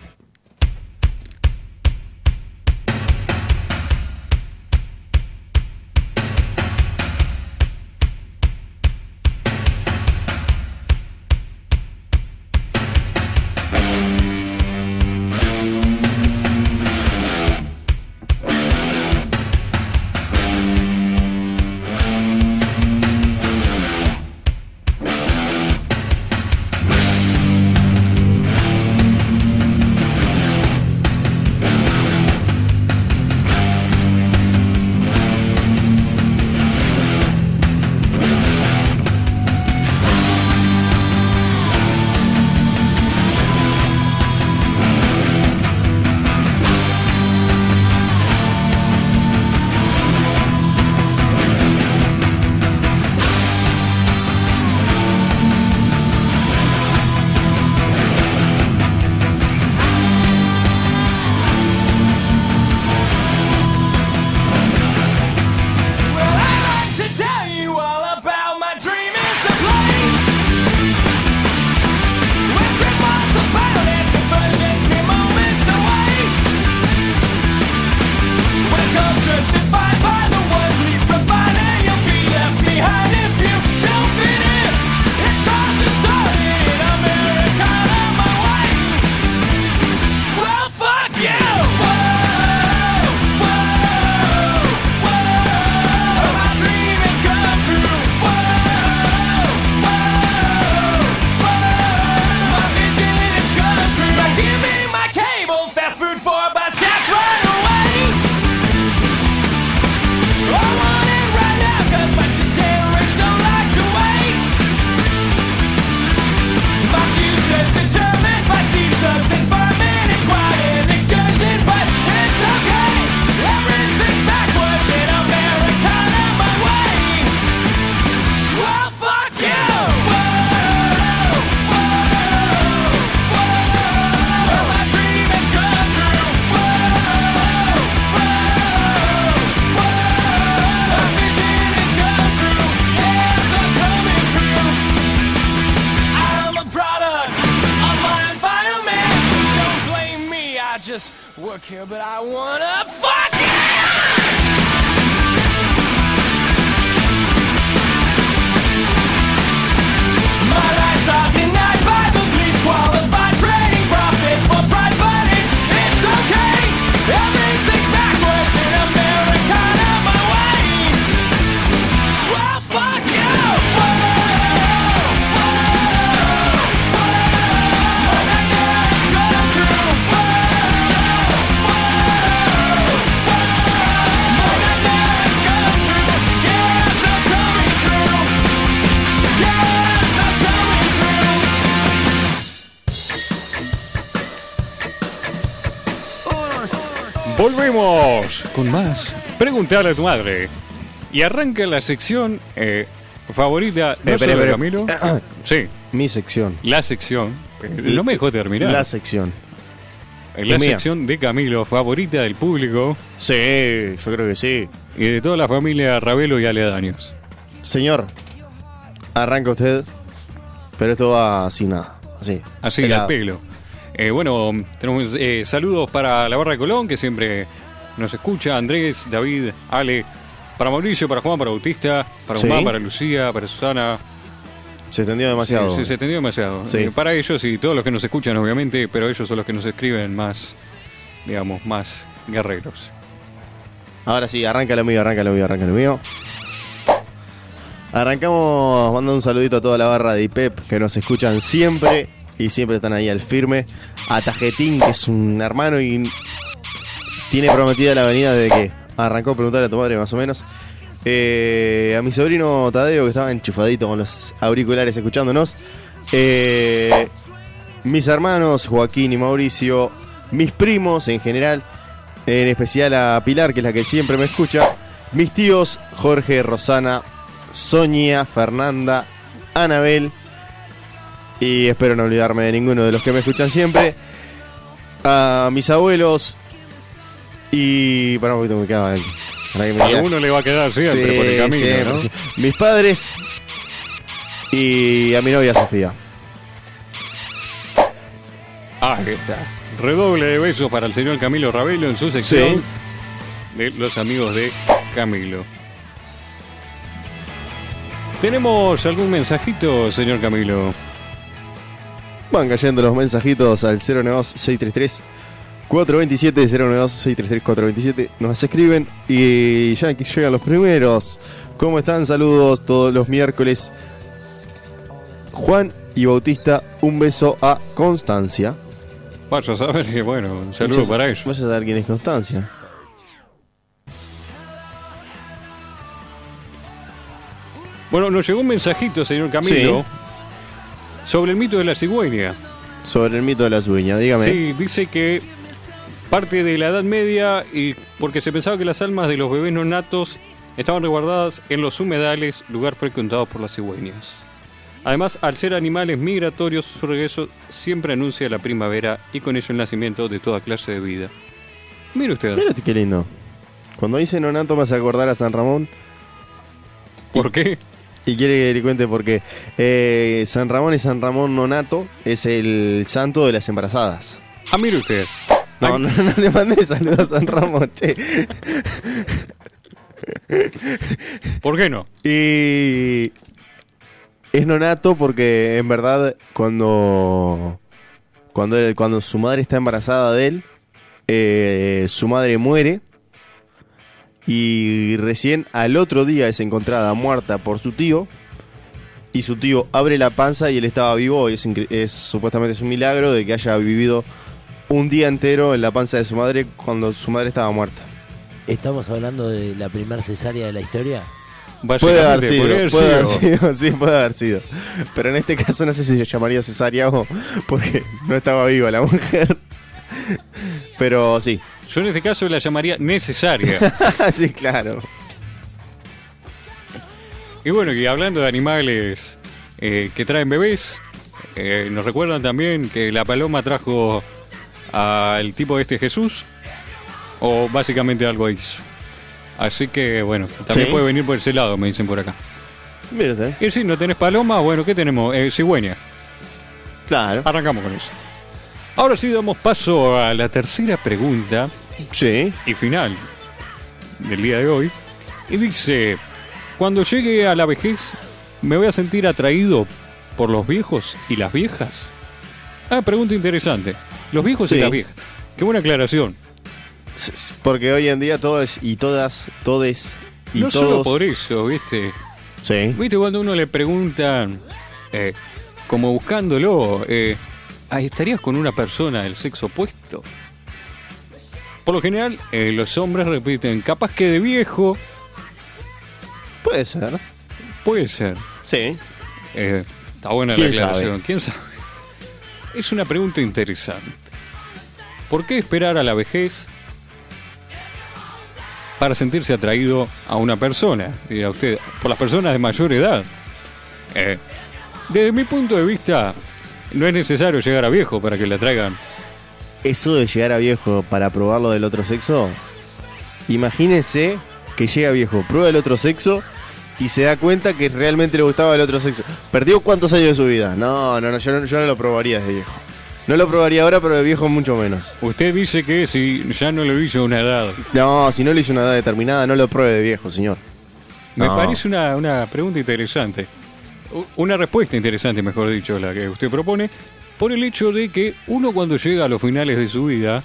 [SPEAKER 1] don't care, but I wanna fuck you. My life's odds and night by those least qualified trading profit for pride, but it's, it's okay. Everything's backwards in Americana, my way. Well, fuck you.
[SPEAKER 2] Volvemos con más. Preguntarle a tu madre. Y arranca la sección eh, favorita no
[SPEAKER 3] Eh,
[SPEAKER 2] solo
[SPEAKER 3] pero,
[SPEAKER 2] de
[SPEAKER 3] pero-
[SPEAKER 2] Camilo. Sí,
[SPEAKER 3] [COUGHS] Mi sección.
[SPEAKER 2] la sección. No me dejó terminar.
[SPEAKER 3] Eh, La
[SPEAKER 2] La,
[SPEAKER 3] sección. mía.
[SPEAKER 2] sección de Camilo, favorita del público
[SPEAKER 3] Sí, yo creo que sí.
[SPEAKER 2] y de toda la familia Ravelo y aledaños.
[SPEAKER 3] Señor, arranca usted, pero esto va así nada. Así.
[SPEAKER 2] Así,
[SPEAKER 3] Pelado.
[SPEAKER 2] al pelo. Eh, bueno, tenemos eh, saludos para la Barra de Colón, que siempre nos escucha. Andrés, David, Ale, para Mauricio, para Juan, para Bautista, para
[SPEAKER 3] Sí.
[SPEAKER 2] Guzmán, para Lucía, para Susana.
[SPEAKER 3] Se extendió demasiado.
[SPEAKER 2] Sí, se extendió demasiado.
[SPEAKER 3] Sí.
[SPEAKER 2] Eh, para ellos y todos los que nos escuchan, obviamente, pero ellos son los que nos escriben más, digamos, más guerreros.
[SPEAKER 3] Ahora sí, arranca lo mío, arranca lo mío, arranca lo mío. Arrancamos, mando un saludito a toda la barra de IPEP que nos escuchan siempre y siempre están ahí al firme. A Tajetín, que es un hermano y tiene prometida la venida desde que arrancó a preguntarle a tu madre más o menos. Eh, a mi sobrino Tadeo, que estaba enchufadito con los auriculares escuchándonos. Eh, mis hermanos, Joaquín y Mauricio, mis primos en general, en especial a Pilar, que es la que siempre me escucha, mis tíos, Jorge, Rosana, Sonia, Fernanda, Anabel, y espero no olvidarme de ninguno de los que me escuchan siempre, a mis abuelos, y... Pará un poquito, me quedaba alguien. Pará que me queda-
[SPEAKER 2] Alguno le va a quedar Ah, siempre
[SPEAKER 3] Sí,
[SPEAKER 2] por el camino,
[SPEAKER 3] siempre,
[SPEAKER 2] ¿no?
[SPEAKER 3] sí. Mis padres y a mi novia Sofía.
[SPEAKER 2] Ah, ahí está. Redoble de besos para el señor Camilo Ravelo en su sección de los amigos de Camilo. ¿Tenemos algún mensajito, señor Camilo?
[SPEAKER 3] Van cayendo los mensajitos al 092-633. 427 092 633 427 nos escriben y ya que llegan los primeros. ¿Cómo están? Saludos todos los miércoles. Juan y Bautista, un beso a Constancia.
[SPEAKER 2] Vaya a saber que, bueno, un saludo
[SPEAKER 3] Vayas-
[SPEAKER 2] para ellos.
[SPEAKER 3] Vayas a saber quién es Constancia.
[SPEAKER 2] Bueno, nos llegó un mensajito, señor Camilo, sobre el mito de la cigüeña.
[SPEAKER 3] Sobre el mito de la sueña, dígame.
[SPEAKER 2] Sí, dice que parte de la Edad Media y porque se pensaba que las almas de los bebés no natos estaban resguardadas en los humedales, lugar frecuentado por las cigüeñas. Además, al ser animales migratorios, su regreso siempre anuncia la primavera y con ello el nacimiento de toda clase de vida. Mire usted,
[SPEAKER 3] Mira qué lindo. Cuando dice Nonato me hace acordar a San Ramón
[SPEAKER 2] ¿por qué?
[SPEAKER 3] y quiere que le cuente por qué. Eh, San Ramón y San Ramón Nonato es el santo de las embarazadas.
[SPEAKER 2] Ah, mire usted.
[SPEAKER 3] No, no, no le mandé saludos a San Ramón, che.
[SPEAKER 2] ¿Por qué no?
[SPEAKER 3] Y es nonato porque en verdad cuando cuando él- cuando su madre está embarazada de él, eh, su madre muere y recién al otro día es encontrada muerta por su tío y su tío abre la panza y él estaba vivo y es, incre- es- supuestamente es un milagro de que haya vivido un día entero en la panza de su madre cuando su madre estaba muerta.
[SPEAKER 4] Estamos hablando de la primer cesárea de la historia.
[SPEAKER 3] Puede haber
[SPEAKER 2] Básicamente,
[SPEAKER 3] sido,
[SPEAKER 2] podría haber
[SPEAKER 3] puede haber
[SPEAKER 2] sido.
[SPEAKER 3] sido, [LAUGHS] sí, puede haber sido. Pero en este caso no sé si se llamaría cesárea o porque no estaba viva la mujer. Pero sí, [LAUGHS]
[SPEAKER 2] Yo en este caso la llamaría necesaria.
[SPEAKER 3] sí, claro.
[SPEAKER 2] Y bueno, y hablando de animales eh, que traen bebés, eh, nos recuerdan también que la paloma trajo al tipo este Jesús, o básicamente algo hizo. Así que bueno, también
[SPEAKER 3] Sí.
[SPEAKER 2] puede venir por ese lado, me dicen por acá.
[SPEAKER 3] Mira usted,
[SPEAKER 2] Y si no tenés paloma, bueno, ¿qué tenemos? Eh, cigüeña.
[SPEAKER 3] claro.
[SPEAKER 2] Arrancamos con eso. Ahora sí damos paso a la tercera pregunta
[SPEAKER 3] Sí.
[SPEAKER 2] y final del día de hoy. Y dice, cuando llegue a la vejez, ¿me voy a sentir atraído por los viejos y las viejas? Ah, pregunta interesante. Los viejos y
[SPEAKER 3] Sí.
[SPEAKER 2] las viejas. Qué buena aclaración.
[SPEAKER 3] S- s- Porque hoy en día todos y todas, todes y
[SPEAKER 2] no
[SPEAKER 3] todos.
[SPEAKER 2] solo por eso, ¿viste?
[SPEAKER 3] Sí.
[SPEAKER 2] ¿Viste cuando uno le preguntan, eh, como buscándolo, eh, "Ah, ¿estarías con una persona del sexo opuesto? Por lo general, eh, los hombres repiten, capaz que de viejo,
[SPEAKER 3] Puede ser.
[SPEAKER 2] puede ser.
[SPEAKER 3] Sí.
[SPEAKER 2] Eh, está buena la
[SPEAKER 3] ¿Quién
[SPEAKER 2] aclaración.
[SPEAKER 3] sabe?
[SPEAKER 2] ¿Quién sabe? Es una pregunta interesante. ¿Por qué esperar a la vejez para sentirse atraído a una persona? Dirá usted, por las personas de mayor edad. Eh, desde mi punto de vista, no es necesario llegar a viejo para que le atraigan.
[SPEAKER 3] Eso de llegar a viejo para probar lo del otro sexo. Imagínense que llega viejo, prueba el otro sexo y se da cuenta que realmente le gustaba el otro sexo. ¿Perdió cuántos años de su vida? No, no, no, yo no, yo no lo probaría de viejo. No lo probaría ahora, pero de viejo mucho menos.
[SPEAKER 2] Usted dice que si ya no lo hizo a una edad.
[SPEAKER 3] No, si no le hizo una edad determinada, no lo pruebe de viejo, señor.
[SPEAKER 2] Me
[SPEAKER 3] No.
[SPEAKER 2] parece una, una pregunta interesante. U- Una respuesta interesante, mejor dicho, la que usted propone, por el hecho de que uno cuando llega a los finales de su vida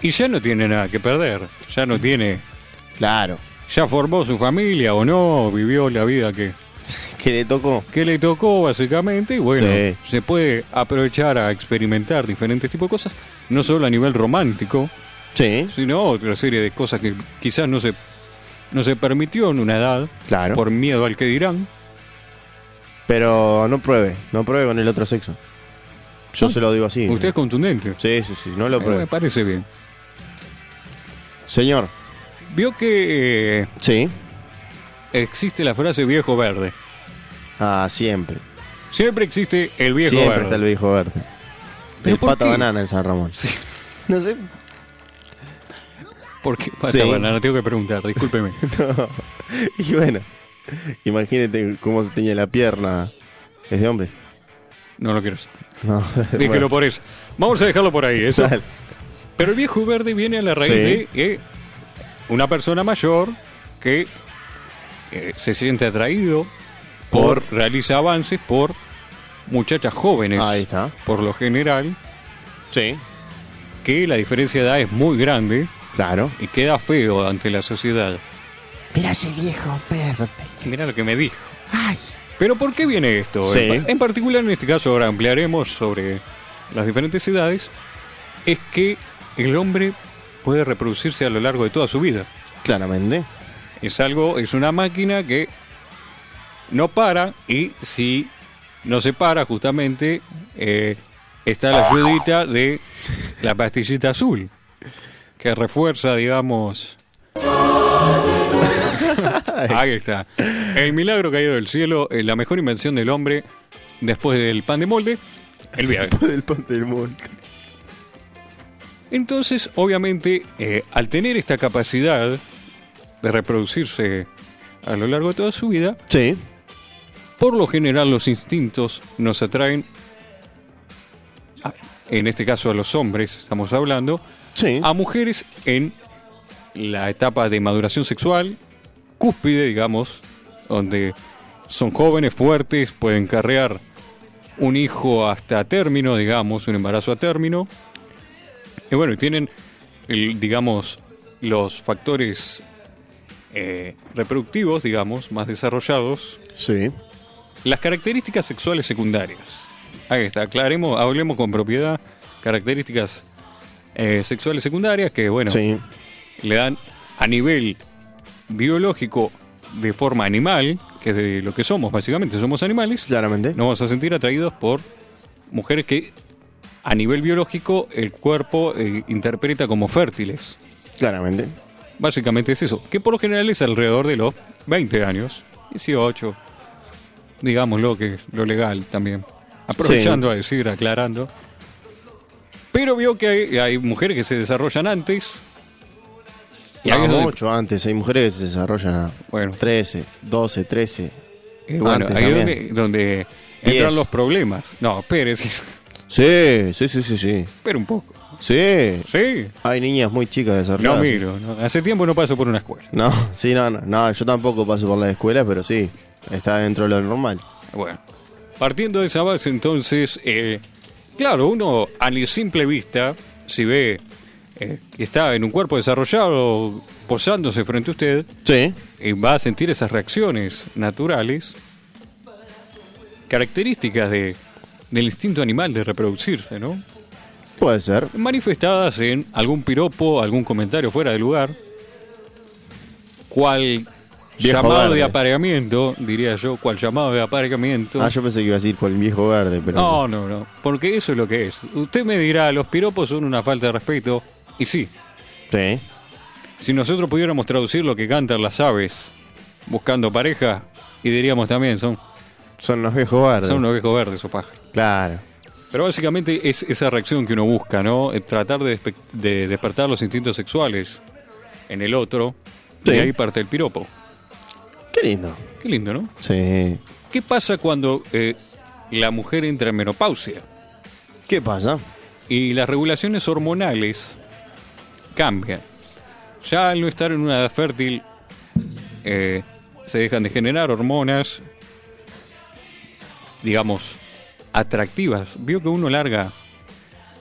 [SPEAKER 2] y ya no tiene nada que perder, ya no tiene,
[SPEAKER 3] Claro.
[SPEAKER 2] ya formó su familia o no, vivió la vida que,
[SPEAKER 3] Que le tocó.
[SPEAKER 2] que le tocó básicamente y bueno,
[SPEAKER 3] Sí.
[SPEAKER 2] se puede aprovechar a experimentar diferentes tipos de cosas, no solo a nivel romántico,
[SPEAKER 3] Sí.
[SPEAKER 2] sino otra serie de cosas que quizás no se, no se permitió en una edad
[SPEAKER 3] Claro.
[SPEAKER 2] por miedo al que dirán.
[SPEAKER 3] Pero no pruebe, no pruebe con el otro sexo. Yo
[SPEAKER 2] Ah.
[SPEAKER 3] se lo digo así.
[SPEAKER 2] Usted es contundente.
[SPEAKER 3] Sí, sí, sí, no lo
[SPEAKER 2] Eh, me
[SPEAKER 3] pruebe.
[SPEAKER 2] parece bien.
[SPEAKER 3] Señor,
[SPEAKER 2] Vio que eh,
[SPEAKER 3] sí.
[SPEAKER 2] existe la frase viejo verde.
[SPEAKER 3] Ah, siempre.
[SPEAKER 2] Siempre existe el viejo
[SPEAKER 3] siempre
[SPEAKER 2] verde.
[SPEAKER 3] está el viejo verde.
[SPEAKER 2] ¿Pero
[SPEAKER 3] el
[SPEAKER 2] por
[SPEAKER 3] pata
[SPEAKER 2] qué?
[SPEAKER 3] banana en San Ramón.
[SPEAKER 2] Sí.
[SPEAKER 3] [LAUGHS] No sé.
[SPEAKER 2] ¿Por [LAUGHS] qué? Pata
[SPEAKER 3] Sí.
[SPEAKER 2] banana, tengo que preguntar,
[SPEAKER 3] [LAUGHS]
[SPEAKER 2] discúlpeme.
[SPEAKER 3] No. Y bueno, imagínate cómo se tenía la pierna. Es de hombre. [LAUGHS]
[SPEAKER 2] No lo quiero saber.
[SPEAKER 3] No.
[SPEAKER 2] Dígelo
[SPEAKER 3] bueno,
[SPEAKER 2] por eso. Vamos a dejarlo por ahí, eso.
[SPEAKER 3] dale.
[SPEAKER 2] Pero el viejo verde viene a la raíz
[SPEAKER 3] Sí.
[SPEAKER 2] de eh, una persona mayor que eh, se siente atraído por, realiza avances por muchachas jóvenes.
[SPEAKER 3] Ahí está.
[SPEAKER 2] Por lo general,
[SPEAKER 3] Sí.
[SPEAKER 2] que la diferencia de edad es muy grande.
[SPEAKER 3] Claro.
[SPEAKER 2] y queda feo ante la sociedad. Mira ese viejo perro. Mira lo que me dijo. Pero ¿por qué viene esto?
[SPEAKER 3] Sí.
[SPEAKER 2] En, pa- en particular en este caso ahora ampliaremos sobre las diferentes edades. Es que el hombre puede reproducirse a lo largo de toda su vida. [LAUGHS]
[SPEAKER 3] Claramente.
[SPEAKER 2] Es algo, es una máquina que no para y si no se para justamente eh, está la ayudita de la pastillita azul que refuerza, digamos. Ahí está. El milagro caído del cielo, eh, la mejor invención del hombre después del pan de molde, el viaje.
[SPEAKER 3] Del Ponte del Monte.
[SPEAKER 2] Entonces, obviamente, eh, al tener esta capacidad de reproducirse a lo largo de toda su vida,
[SPEAKER 3] Sí.
[SPEAKER 2] por lo general los instintos nos atraen, a- en este caso a los hombres, estamos hablando,
[SPEAKER 3] Sí.
[SPEAKER 2] a mujeres en la etapa de maduración sexual, cúspide, digamos, donde son jóvenes, fuertes, pueden carrear un hijo hasta término, digamos, un embarazo a término. Y bueno, y tienen, el- digamos, los factores eh, reproductivos, digamos, más desarrollados,
[SPEAKER 3] Sí.
[SPEAKER 2] las características sexuales secundarias. Ahí está, aclaremos, hablemos con propiedad. Características eh, sexuales secundarias que, bueno,
[SPEAKER 3] Sí.
[SPEAKER 2] le dan a nivel biológico de forma animal, que es de lo que somos, básicamente, somos animales.
[SPEAKER 3] Claramente.
[SPEAKER 2] Nos vamos a sentir atraídos por mujeres que, a nivel biológico, el cuerpo eh, interpreta como fértiles.
[SPEAKER 3] Claramente.
[SPEAKER 2] Básicamente es eso, que por lo general es alrededor de los 20 años, 18, digámoslo que es lo legal también. Aprovechando a decir, aclarando. Pero vio que hay, hay mujeres que se desarrollan antes. Y ahí
[SPEAKER 3] No,
[SPEAKER 2] es donde-
[SPEAKER 3] mucho antes. Hay mujeres que se desarrollan a
[SPEAKER 2] Bueno.
[SPEAKER 3] 13, 12, 13.
[SPEAKER 2] eh, bueno,
[SPEAKER 3] antes
[SPEAKER 2] ahí es
[SPEAKER 3] también.
[SPEAKER 2] donde, donde entran [LAUGHS]
[SPEAKER 3] Diez.
[SPEAKER 2] los problemas. No, Pérez.
[SPEAKER 3] Sí, sí, sí, sí, sí.
[SPEAKER 2] Pero un poco.
[SPEAKER 3] Sí.
[SPEAKER 2] Sí.
[SPEAKER 3] Hay niñas muy chicas
[SPEAKER 2] No
[SPEAKER 3] desarrolladas.
[SPEAKER 2] miro. no. Hace tiempo no paso por una escuela.
[SPEAKER 3] No, [LAUGHS] sí, no, no, no, yo tampoco paso por las escuelas, pero sí, está dentro de lo normal.
[SPEAKER 2] Bueno. Partiendo de esa base, entonces, eh, claro, uno a la simple vista, si ve eh, que está en un cuerpo desarrollado posándose frente a usted,
[SPEAKER 3] Sí.
[SPEAKER 2] eh, va a sentir esas reacciones naturales, características de, del instinto animal de reproducirse, ¿no?
[SPEAKER 3] Puede ser.
[SPEAKER 2] manifestadas en algún piropo, algún comentario fuera de lugar, cual
[SPEAKER 3] Viejo
[SPEAKER 2] llamado
[SPEAKER 3] verde.
[SPEAKER 2] de apareamiento, diría yo, cual llamado de apareamiento.
[SPEAKER 3] Ah, yo pensé que iba a decir por el viejo verde, pero.
[SPEAKER 2] no, no, no, porque eso es lo que es. Usted me dirá, los piropos son una falta de respeto, y sí,
[SPEAKER 3] Sí.
[SPEAKER 2] si nosotros pudiéramos traducir lo que cantan las aves buscando pareja, y diríamos también, son,
[SPEAKER 3] Son los viejos verdes.
[SPEAKER 2] son los viejos verdes o pájaros.
[SPEAKER 3] Claro.
[SPEAKER 2] Pero básicamente es esa reacción que uno busca, ¿no? Eh, Tratar de, despe- de despertar los instintos sexuales en el otro.
[SPEAKER 3] Sí.
[SPEAKER 2] Y ahí parte el piropo.
[SPEAKER 3] Qué lindo.
[SPEAKER 2] Qué lindo, ¿no?
[SPEAKER 3] Sí.
[SPEAKER 2] ¿Qué pasa cuando eh, la mujer entra en menopausia
[SPEAKER 3] ¿Qué pasa?
[SPEAKER 2] y las regulaciones hormonales cambian? Ya al no estar en una edad fértil, eh, se dejan de generar hormonas, digamos, atractivas. Vio que uno larga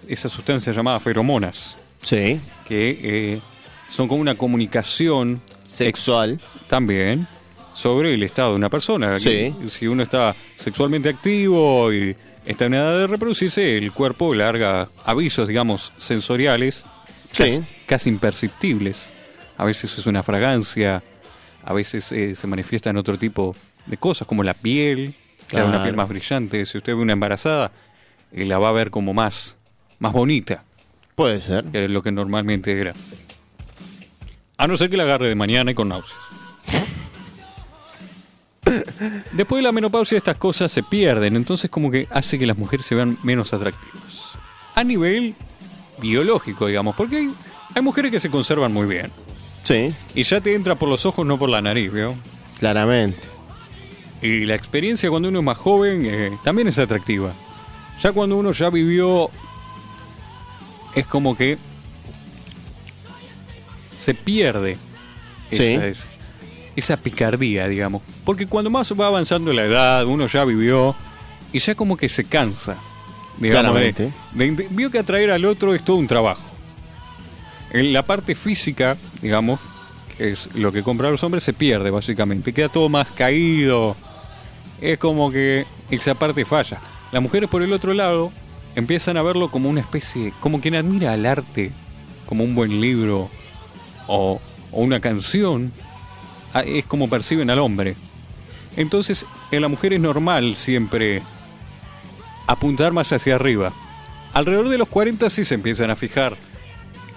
[SPEAKER 2] esa sustancia llamada feromonas.
[SPEAKER 3] Sí.
[SPEAKER 2] que eh, son como una comunicación
[SPEAKER 3] Sexual.
[SPEAKER 2] también sobre el estado de una persona. Que Si uno está sexualmente activo y está en edad de reproducirse, el cuerpo larga avisos, digamos, sensoriales
[SPEAKER 3] Sí.
[SPEAKER 2] casi, casi imperceptibles. A veces es una fragancia, a veces eh, se manifiestan otro tipo de cosas, como la piel, claro, una
[SPEAKER 3] Claro.
[SPEAKER 2] piel más brillante. Si usted ve una embarazada, eh, la va a ver como más, más bonita
[SPEAKER 3] Puede ser.
[SPEAKER 2] que es lo que normalmente era. A no ser que la agarre de mañana y con náuseas. Después de la menopausia estas cosas se pierden, entonces como que hace que las mujeres se vean menos atractivas. A nivel biológico, digamos, porque hay, hay mujeres que se conservan muy bien.
[SPEAKER 3] Sí.
[SPEAKER 2] Y ya te entra por los ojos, no por la nariz, ¿vio?
[SPEAKER 3] Claramente.
[SPEAKER 2] Y la experiencia cuando uno es más joven eh, también es atractiva. Ya cuando uno ya vivió, es como que se pierde esa,
[SPEAKER 3] Sí.
[SPEAKER 2] es- esa picardía, digamos. Porque cuando más va avanzando la edad, uno ya vivió y ya como que se cansa. Digamos, de-
[SPEAKER 3] Claramente.
[SPEAKER 2] de int- vio que atraer al otro es todo un trabajo. En la parte física, digamos, que es lo que compran los hombres, se pierde básicamente. Queda todo más caído. Es como que esa parte falla. Las mujeres, por el otro lado, empiezan a verlo como una especie, como quien admira al arte, como un buen libro o, o una canción. Ah, Es como perciben al hombre. Entonces, en la mujer es normal siempre apuntar más hacia arriba. Alrededor de los 40 sí se empiezan a fijar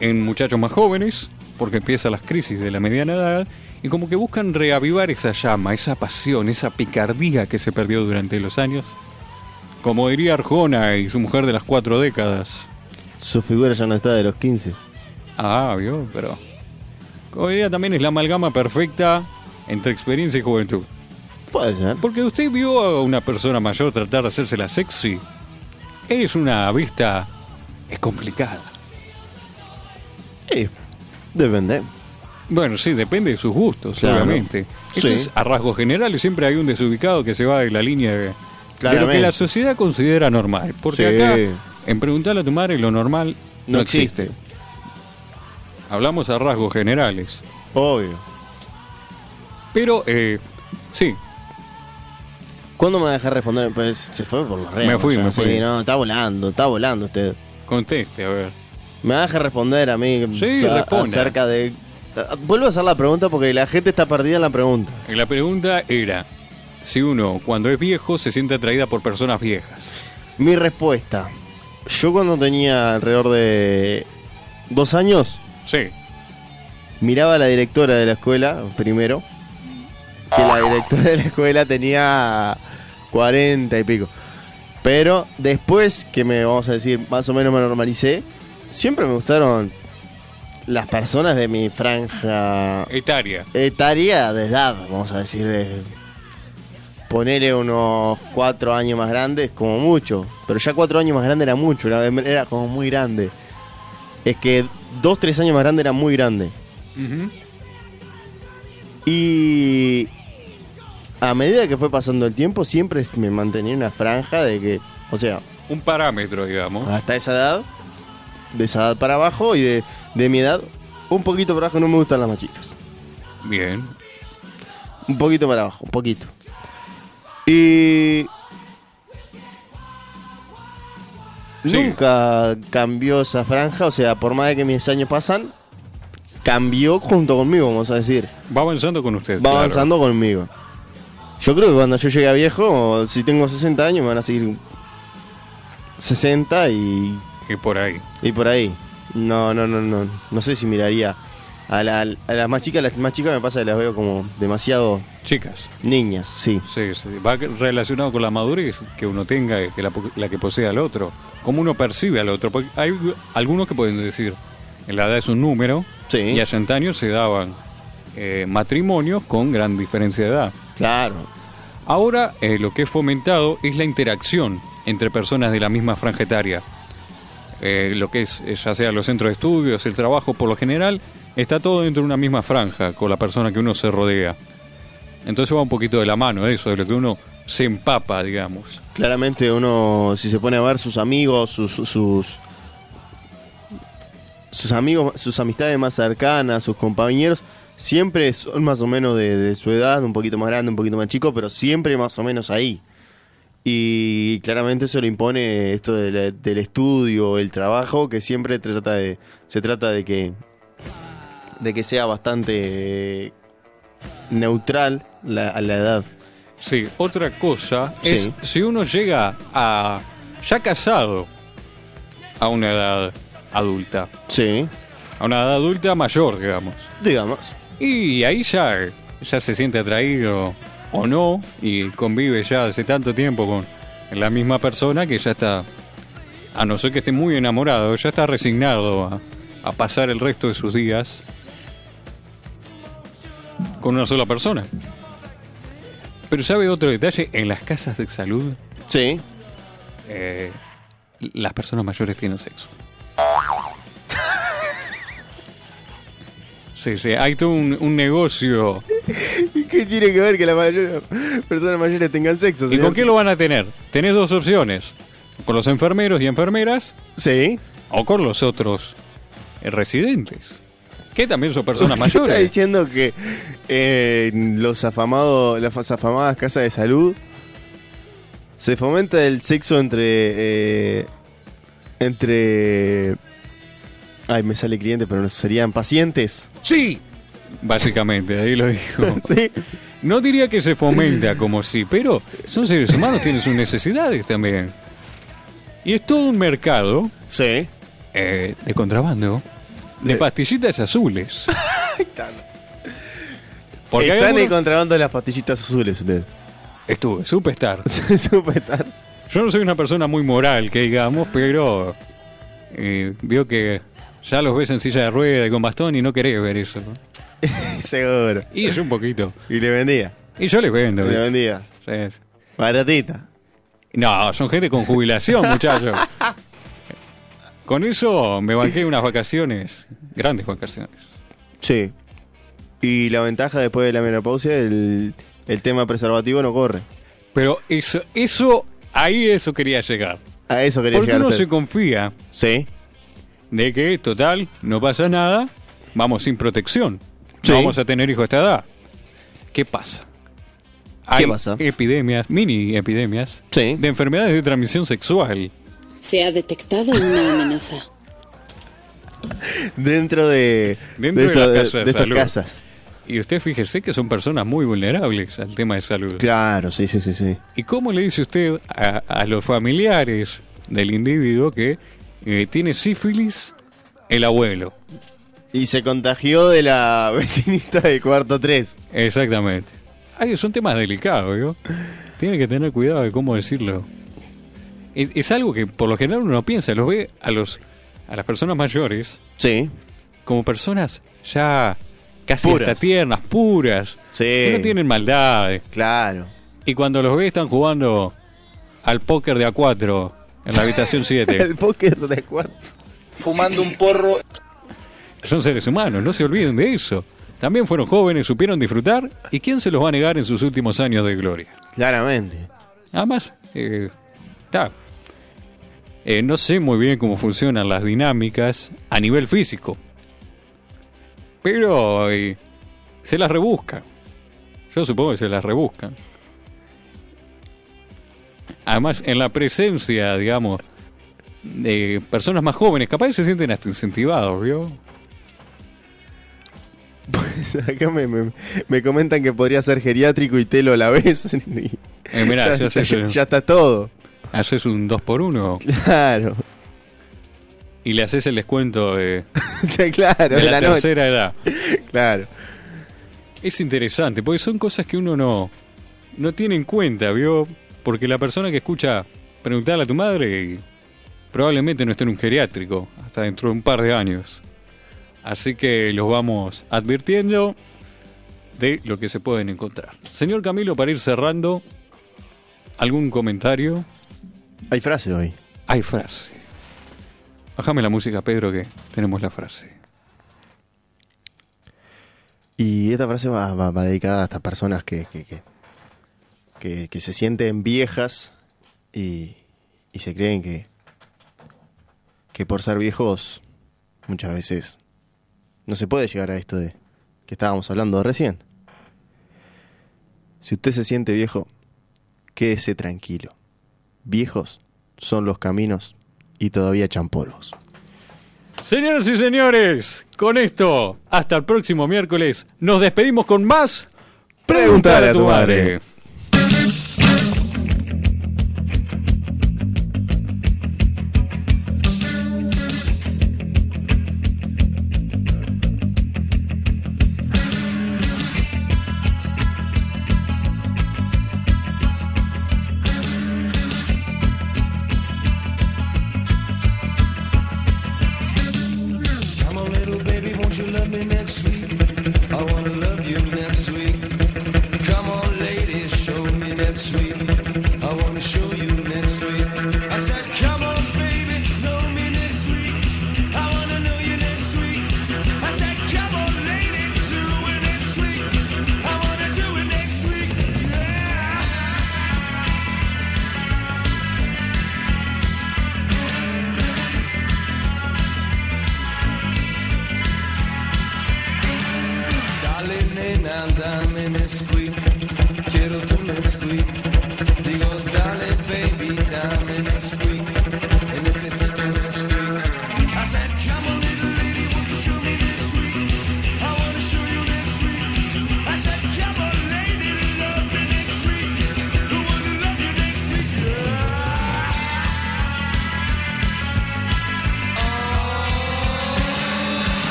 [SPEAKER 2] en muchachos más jóvenes, porque empiezan las crisis de la mediana edad, y como que buscan reavivar esa llama, esa pasión, esa picardía que se perdió durante los años. Como diría Arjona y su mujer de las cuatro décadas.
[SPEAKER 3] Su figura ya no está de los 15.
[SPEAKER 2] Ah, vio, pero... Como diría también es la amalgama perfecta entre experiencia y juventud.
[SPEAKER 3] Puede ser.
[SPEAKER 2] Porque usted vio a una persona mayor tratar de hacerse la sexy. Es una vista... es complicada.
[SPEAKER 3] Sí. Depende.
[SPEAKER 2] Bueno, sí, depende de sus gustos,
[SPEAKER 3] Claro.
[SPEAKER 2] obviamente. Esto
[SPEAKER 3] Sí.
[SPEAKER 2] es a rasgos generales, siempre hay un desubicado que se va de la línea de, de lo que
[SPEAKER 3] Claramente.
[SPEAKER 2] la sociedad considera normal. Porque
[SPEAKER 3] Sí.
[SPEAKER 2] acá, en preguntarle a tu madre, lo normal no,
[SPEAKER 3] No
[SPEAKER 2] existe.
[SPEAKER 3] existe.
[SPEAKER 2] Hablamos a rasgos generales.
[SPEAKER 3] Obvio.
[SPEAKER 2] Pero, eh, sí,
[SPEAKER 3] ¿Cuándo me va a dejar responder? Pues se fue por la red.
[SPEAKER 2] Me fui, me fui.
[SPEAKER 3] Sí, no, está volando, está volando usted.
[SPEAKER 2] conteste, a ver.
[SPEAKER 3] Me va a dejar responder a mí
[SPEAKER 2] Sí,
[SPEAKER 3] o sea,
[SPEAKER 2] responda.
[SPEAKER 3] acerca de... Vuelvo a hacer la pregunta porque la gente está perdida en la pregunta.
[SPEAKER 2] Y La pregunta era si uno, cuando es viejo, se siente atraída por personas viejas.
[SPEAKER 3] Mi respuesta. Yo cuando tenía alrededor de dos años,
[SPEAKER 2] Sí.
[SPEAKER 3] miraba a la directora de la escuela, primero, que la directora de la escuela tenía 40 y pico. Pero después que me, vamos a decir, más o menos me normalicé, siempre me gustaron las personas de mi franja
[SPEAKER 2] Etaria.
[SPEAKER 3] etaria de edad, vamos a decir, de ponele unos cuatro años más grandes, como mucho. Pero ya cuatro años más grande era mucho, era, era como muy grande. Es que dos, tres años más grande era muy grande.
[SPEAKER 2] Ujú.
[SPEAKER 3] Y a medida que fue pasando el tiempo, siempre me mantenía una franja de que, o sea,
[SPEAKER 2] Un parámetro, digamos.
[SPEAKER 3] hasta esa edad, de esa edad para abajo y de, de mi edad, un poquito para abajo no me gustan las más chicas. Ah.
[SPEAKER 2] Bien.
[SPEAKER 3] Un poquito para abajo, un poquito. Y.
[SPEAKER 2] Sí.
[SPEAKER 3] Nunca cambió esa franja, o sea, por más de que mis años pasan, cambió junto conmigo, vamos a decir.
[SPEAKER 2] Va avanzando con usted.
[SPEAKER 3] Va
[SPEAKER 2] claro.
[SPEAKER 3] avanzando conmigo. Yo creo que cuando yo llegue a viejo, si tengo 60 años, me van a seguir 60 y,
[SPEAKER 2] Y por ahí.
[SPEAKER 3] y por ahí. No, no, no, no. No sé si miraría. A, la- a las más chicas, las más chicas me pasa que las veo como demasiado
[SPEAKER 2] Chicas.
[SPEAKER 3] niñas, sí.
[SPEAKER 2] Sí, sí. Va relacionado con la madurez que uno tenga, eh, que la, po- la que posee al otro. Cómo uno percibe al otro. Porque hay algunos que pueden decir, la edad es un número.
[SPEAKER 3] Sí.
[SPEAKER 2] Y hace antaño se daban eh, matrimonios con gran diferencia de edad.
[SPEAKER 3] Claro.
[SPEAKER 2] Ahora eh, lo que es fomentado es la interacción entre personas de la misma franja etaria. Eh, lo que es eh, ya sea los centros de estudios, el trabajo, por lo general, está todo dentro de una misma franja con la persona que uno se rodea. Entonces va un poquito de la mano eso, de lo que uno se empapa, digamos.
[SPEAKER 3] Claramente uno, si se pone a ver sus amigos, sus, sus- sus, sus amigos, sus amistades más cercanas, sus compañeros, siempre son más o menos de, de su edad, un poquito más grande, un poquito más chico, pero siempre más o menos ahí. Y claramente eso le impone esto de la- del estudio, el trabajo, que siempre trata de, se trata de que, de que sea bastante eh, neutral la- a la edad.
[SPEAKER 2] Sí, otra cosa es
[SPEAKER 3] Sí.
[SPEAKER 2] si uno llega a ya casado a una edad adulta,
[SPEAKER 3] Sí,
[SPEAKER 2] a una edad adulta mayor, digamos.
[SPEAKER 3] digamos.
[SPEAKER 2] Y ahí ya, ya se siente atraído o no y convive ya hace tanto tiempo con la misma persona que ya está, a no ser que esté muy enamorado, ya está resignado a, a pasar el resto de sus días con una sola persona. Pero ¿sabe otro detalle? En las casas de salud,
[SPEAKER 3] Sí,
[SPEAKER 2] eh, las personas mayores tienen sexo. [LAUGHS] Sí, sí, hay todo un- un negocio
[SPEAKER 3] ¿Y qué tiene que ver que la mayoría personas mayores tengan sexo?
[SPEAKER 2] ¿Y
[SPEAKER 3] señor?
[SPEAKER 2] con qué lo van a tener? Tenés dos opciones. Con los enfermeros y enfermeras
[SPEAKER 3] Sí.
[SPEAKER 2] o con los otros eh, residentes. Que también son personas
[SPEAKER 3] [LAUGHS] Usted Está
[SPEAKER 2] mayores.
[SPEAKER 3] diciendo que eh, los afamados, las fas- afamadas casas de salud se fomenta el sexo entre eh, entre ay me sale cliente pero no
[SPEAKER 2] [LAUGHS]
[SPEAKER 3] serían pacientes
[SPEAKER 2] Sí. Básicamente, ahí lo dijo.
[SPEAKER 3] sí
[SPEAKER 2] No diría que se fomenta como sí, pero son seres humanos, tienen sus necesidades también. Y es todo un mercado
[SPEAKER 3] sí
[SPEAKER 2] eh, de contrabando de
[SPEAKER 3] De-
[SPEAKER 2] pastillitas azules. Porque hay
[SPEAKER 3] están en
[SPEAKER 2] algunos-
[SPEAKER 3] contrabando de las pastillitas azules [LAUGHS] usted
[SPEAKER 2] Estuve, supe estar.
[SPEAKER 3] Supe estar.
[SPEAKER 2] Yo no soy una persona muy moral, que digamos, pero eh, veo que ya los ves en silla de rueda y con bastón y no querés ver eso. ¿no?
[SPEAKER 3] seguro
[SPEAKER 2] Y es un poquito.
[SPEAKER 3] y le vendía
[SPEAKER 2] Y yo les vendo.
[SPEAKER 3] le
[SPEAKER 2] ¿viste?
[SPEAKER 3] vendía
[SPEAKER 2] Sí.
[SPEAKER 3] baratita
[SPEAKER 2] No, son gente con jubilación, muchachos. Con eso me banqué unas vacaciones, grandes vacaciones.
[SPEAKER 3] Sí. Y la ventaja después de la menopausia, el, el tema preservativo no corre.
[SPEAKER 2] Pero eso, eso, ahí eso quería llegar.
[SPEAKER 3] A eso quería
[SPEAKER 2] Porque
[SPEAKER 3] llegar.
[SPEAKER 2] uno
[SPEAKER 3] usted.
[SPEAKER 2] se confía
[SPEAKER 3] Sí.
[SPEAKER 2] de que, total, no pasa nada, vamos sin protección.
[SPEAKER 3] Sí.
[SPEAKER 2] No vamos a tener hijos a esta edad. ¿Qué pasa? Hay
[SPEAKER 3] pasa?
[SPEAKER 2] epidemias, mini epidemias,
[SPEAKER 3] Sí.
[SPEAKER 2] de enfermedades de transmisión sexual.
[SPEAKER 5] Se ha detectado una amenaza.
[SPEAKER 3] Dentro de,
[SPEAKER 2] Dentro de la casa de
[SPEAKER 3] estas
[SPEAKER 2] salud.
[SPEAKER 3] casas.
[SPEAKER 2] Y usted fíjese que son personas muy vulnerables al tema de salud.
[SPEAKER 3] Claro, sí, sí, sí, sí.
[SPEAKER 2] ¿Y cómo le dice usted a, a los familiares del individuo que eh, tiene sífilis el abuelo?
[SPEAKER 3] Y se contagió de la [LAUGHS] vecinita de cuarto 3.
[SPEAKER 2] Exactamente. Ay, son temas delicados, ¿vio? Tiene que tener cuidado de cómo decirlo. Es, es algo que por lo general uno no piensa, los ve a los a las personas mayores
[SPEAKER 3] Sí.
[SPEAKER 2] como personas ya casi
[SPEAKER 3] Puras.
[SPEAKER 2] hasta tiernas, puras,
[SPEAKER 3] Sí.
[SPEAKER 2] que no tienen maldad.
[SPEAKER 3] Claro.
[SPEAKER 2] Y cuando los ve están jugando al póker de A4 en la habitación 7.
[SPEAKER 3] [LAUGHS] El póker de cuatro.
[SPEAKER 6] fumando un porro
[SPEAKER 2] Son seres humanos, no se olviden de eso. También fueron jóvenes, supieron disfrutar y quién se los va a negar en sus últimos años de gloria.
[SPEAKER 3] Claramente. [LAUGHS]
[SPEAKER 2] Además, eh, ta. Eh, no sé muy bien cómo funcionan las dinámicas a nivel físico. Pero eh, se las rebuscan. Yo supongo que se las rebuscan. Además, en la presencia, digamos, de personas más jóvenes, capaz se sienten hasta incentivados, ¿vio?
[SPEAKER 3] Acá me, me- me comentan que podría ser geriátrico y telo a la vez. [LAUGHS] Y
[SPEAKER 2] Eh, mirá,
[SPEAKER 3] [LAUGHS] ya,
[SPEAKER 2] ya sé,
[SPEAKER 3] ya-
[SPEAKER 2] yo-
[SPEAKER 3] ya está todo. [LAUGHS]
[SPEAKER 2] haces un 2 por 1
[SPEAKER 3] Claro. [LAUGHS]
[SPEAKER 2] y le haces el descuento de,
[SPEAKER 3] Sí, claro,
[SPEAKER 2] de
[SPEAKER 3] de
[SPEAKER 2] la
[SPEAKER 3] la noche.
[SPEAKER 2] tercera edad.
[SPEAKER 3] Claro.
[SPEAKER 2] Es interesante, porque son cosas que uno no, no tiene en cuenta, ¿vio? Porque la persona que escucha preguntarle a tu madre probablemente no esté en un geriátrico hasta dentro de un par de años. Así que los vamos advirtiendo de lo que se pueden encontrar. Señor Camilo, para ir cerrando, ¿algún comentario?
[SPEAKER 3] Hay frase hoy.
[SPEAKER 2] Hay frase. Bájame la música, Pedro, que tenemos la frase.
[SPEAKER 3] Y esta frase va, va- va dedicada a estas personas que, que, que- que- que se sienten viejas y, y se creen que, que por ser viejos muchas veces no se puede llegar a esto de que estábamos hablando recién. Si usted se siente viejo, quédese tranquilo. Viejos son los caminos y todavía echan polvos.
[SPEAKER 2] Señoras y señores, con esto, hasta el próximo miércoles, nos despedimos con más Preguntar a tu madre.
[SPEAKER 1] Come on, little baby, won't you love me next week? I wanna love you next week. Come on, lady, show me next week. I wanna show you next week. I said, come on, baby, know me next week. I wanna know you next week. I said, come on, lady, do it next week. I wanna do it next week. Yeah. Dale nena, dame Nesquik, quiero tu Nesquik. Digo,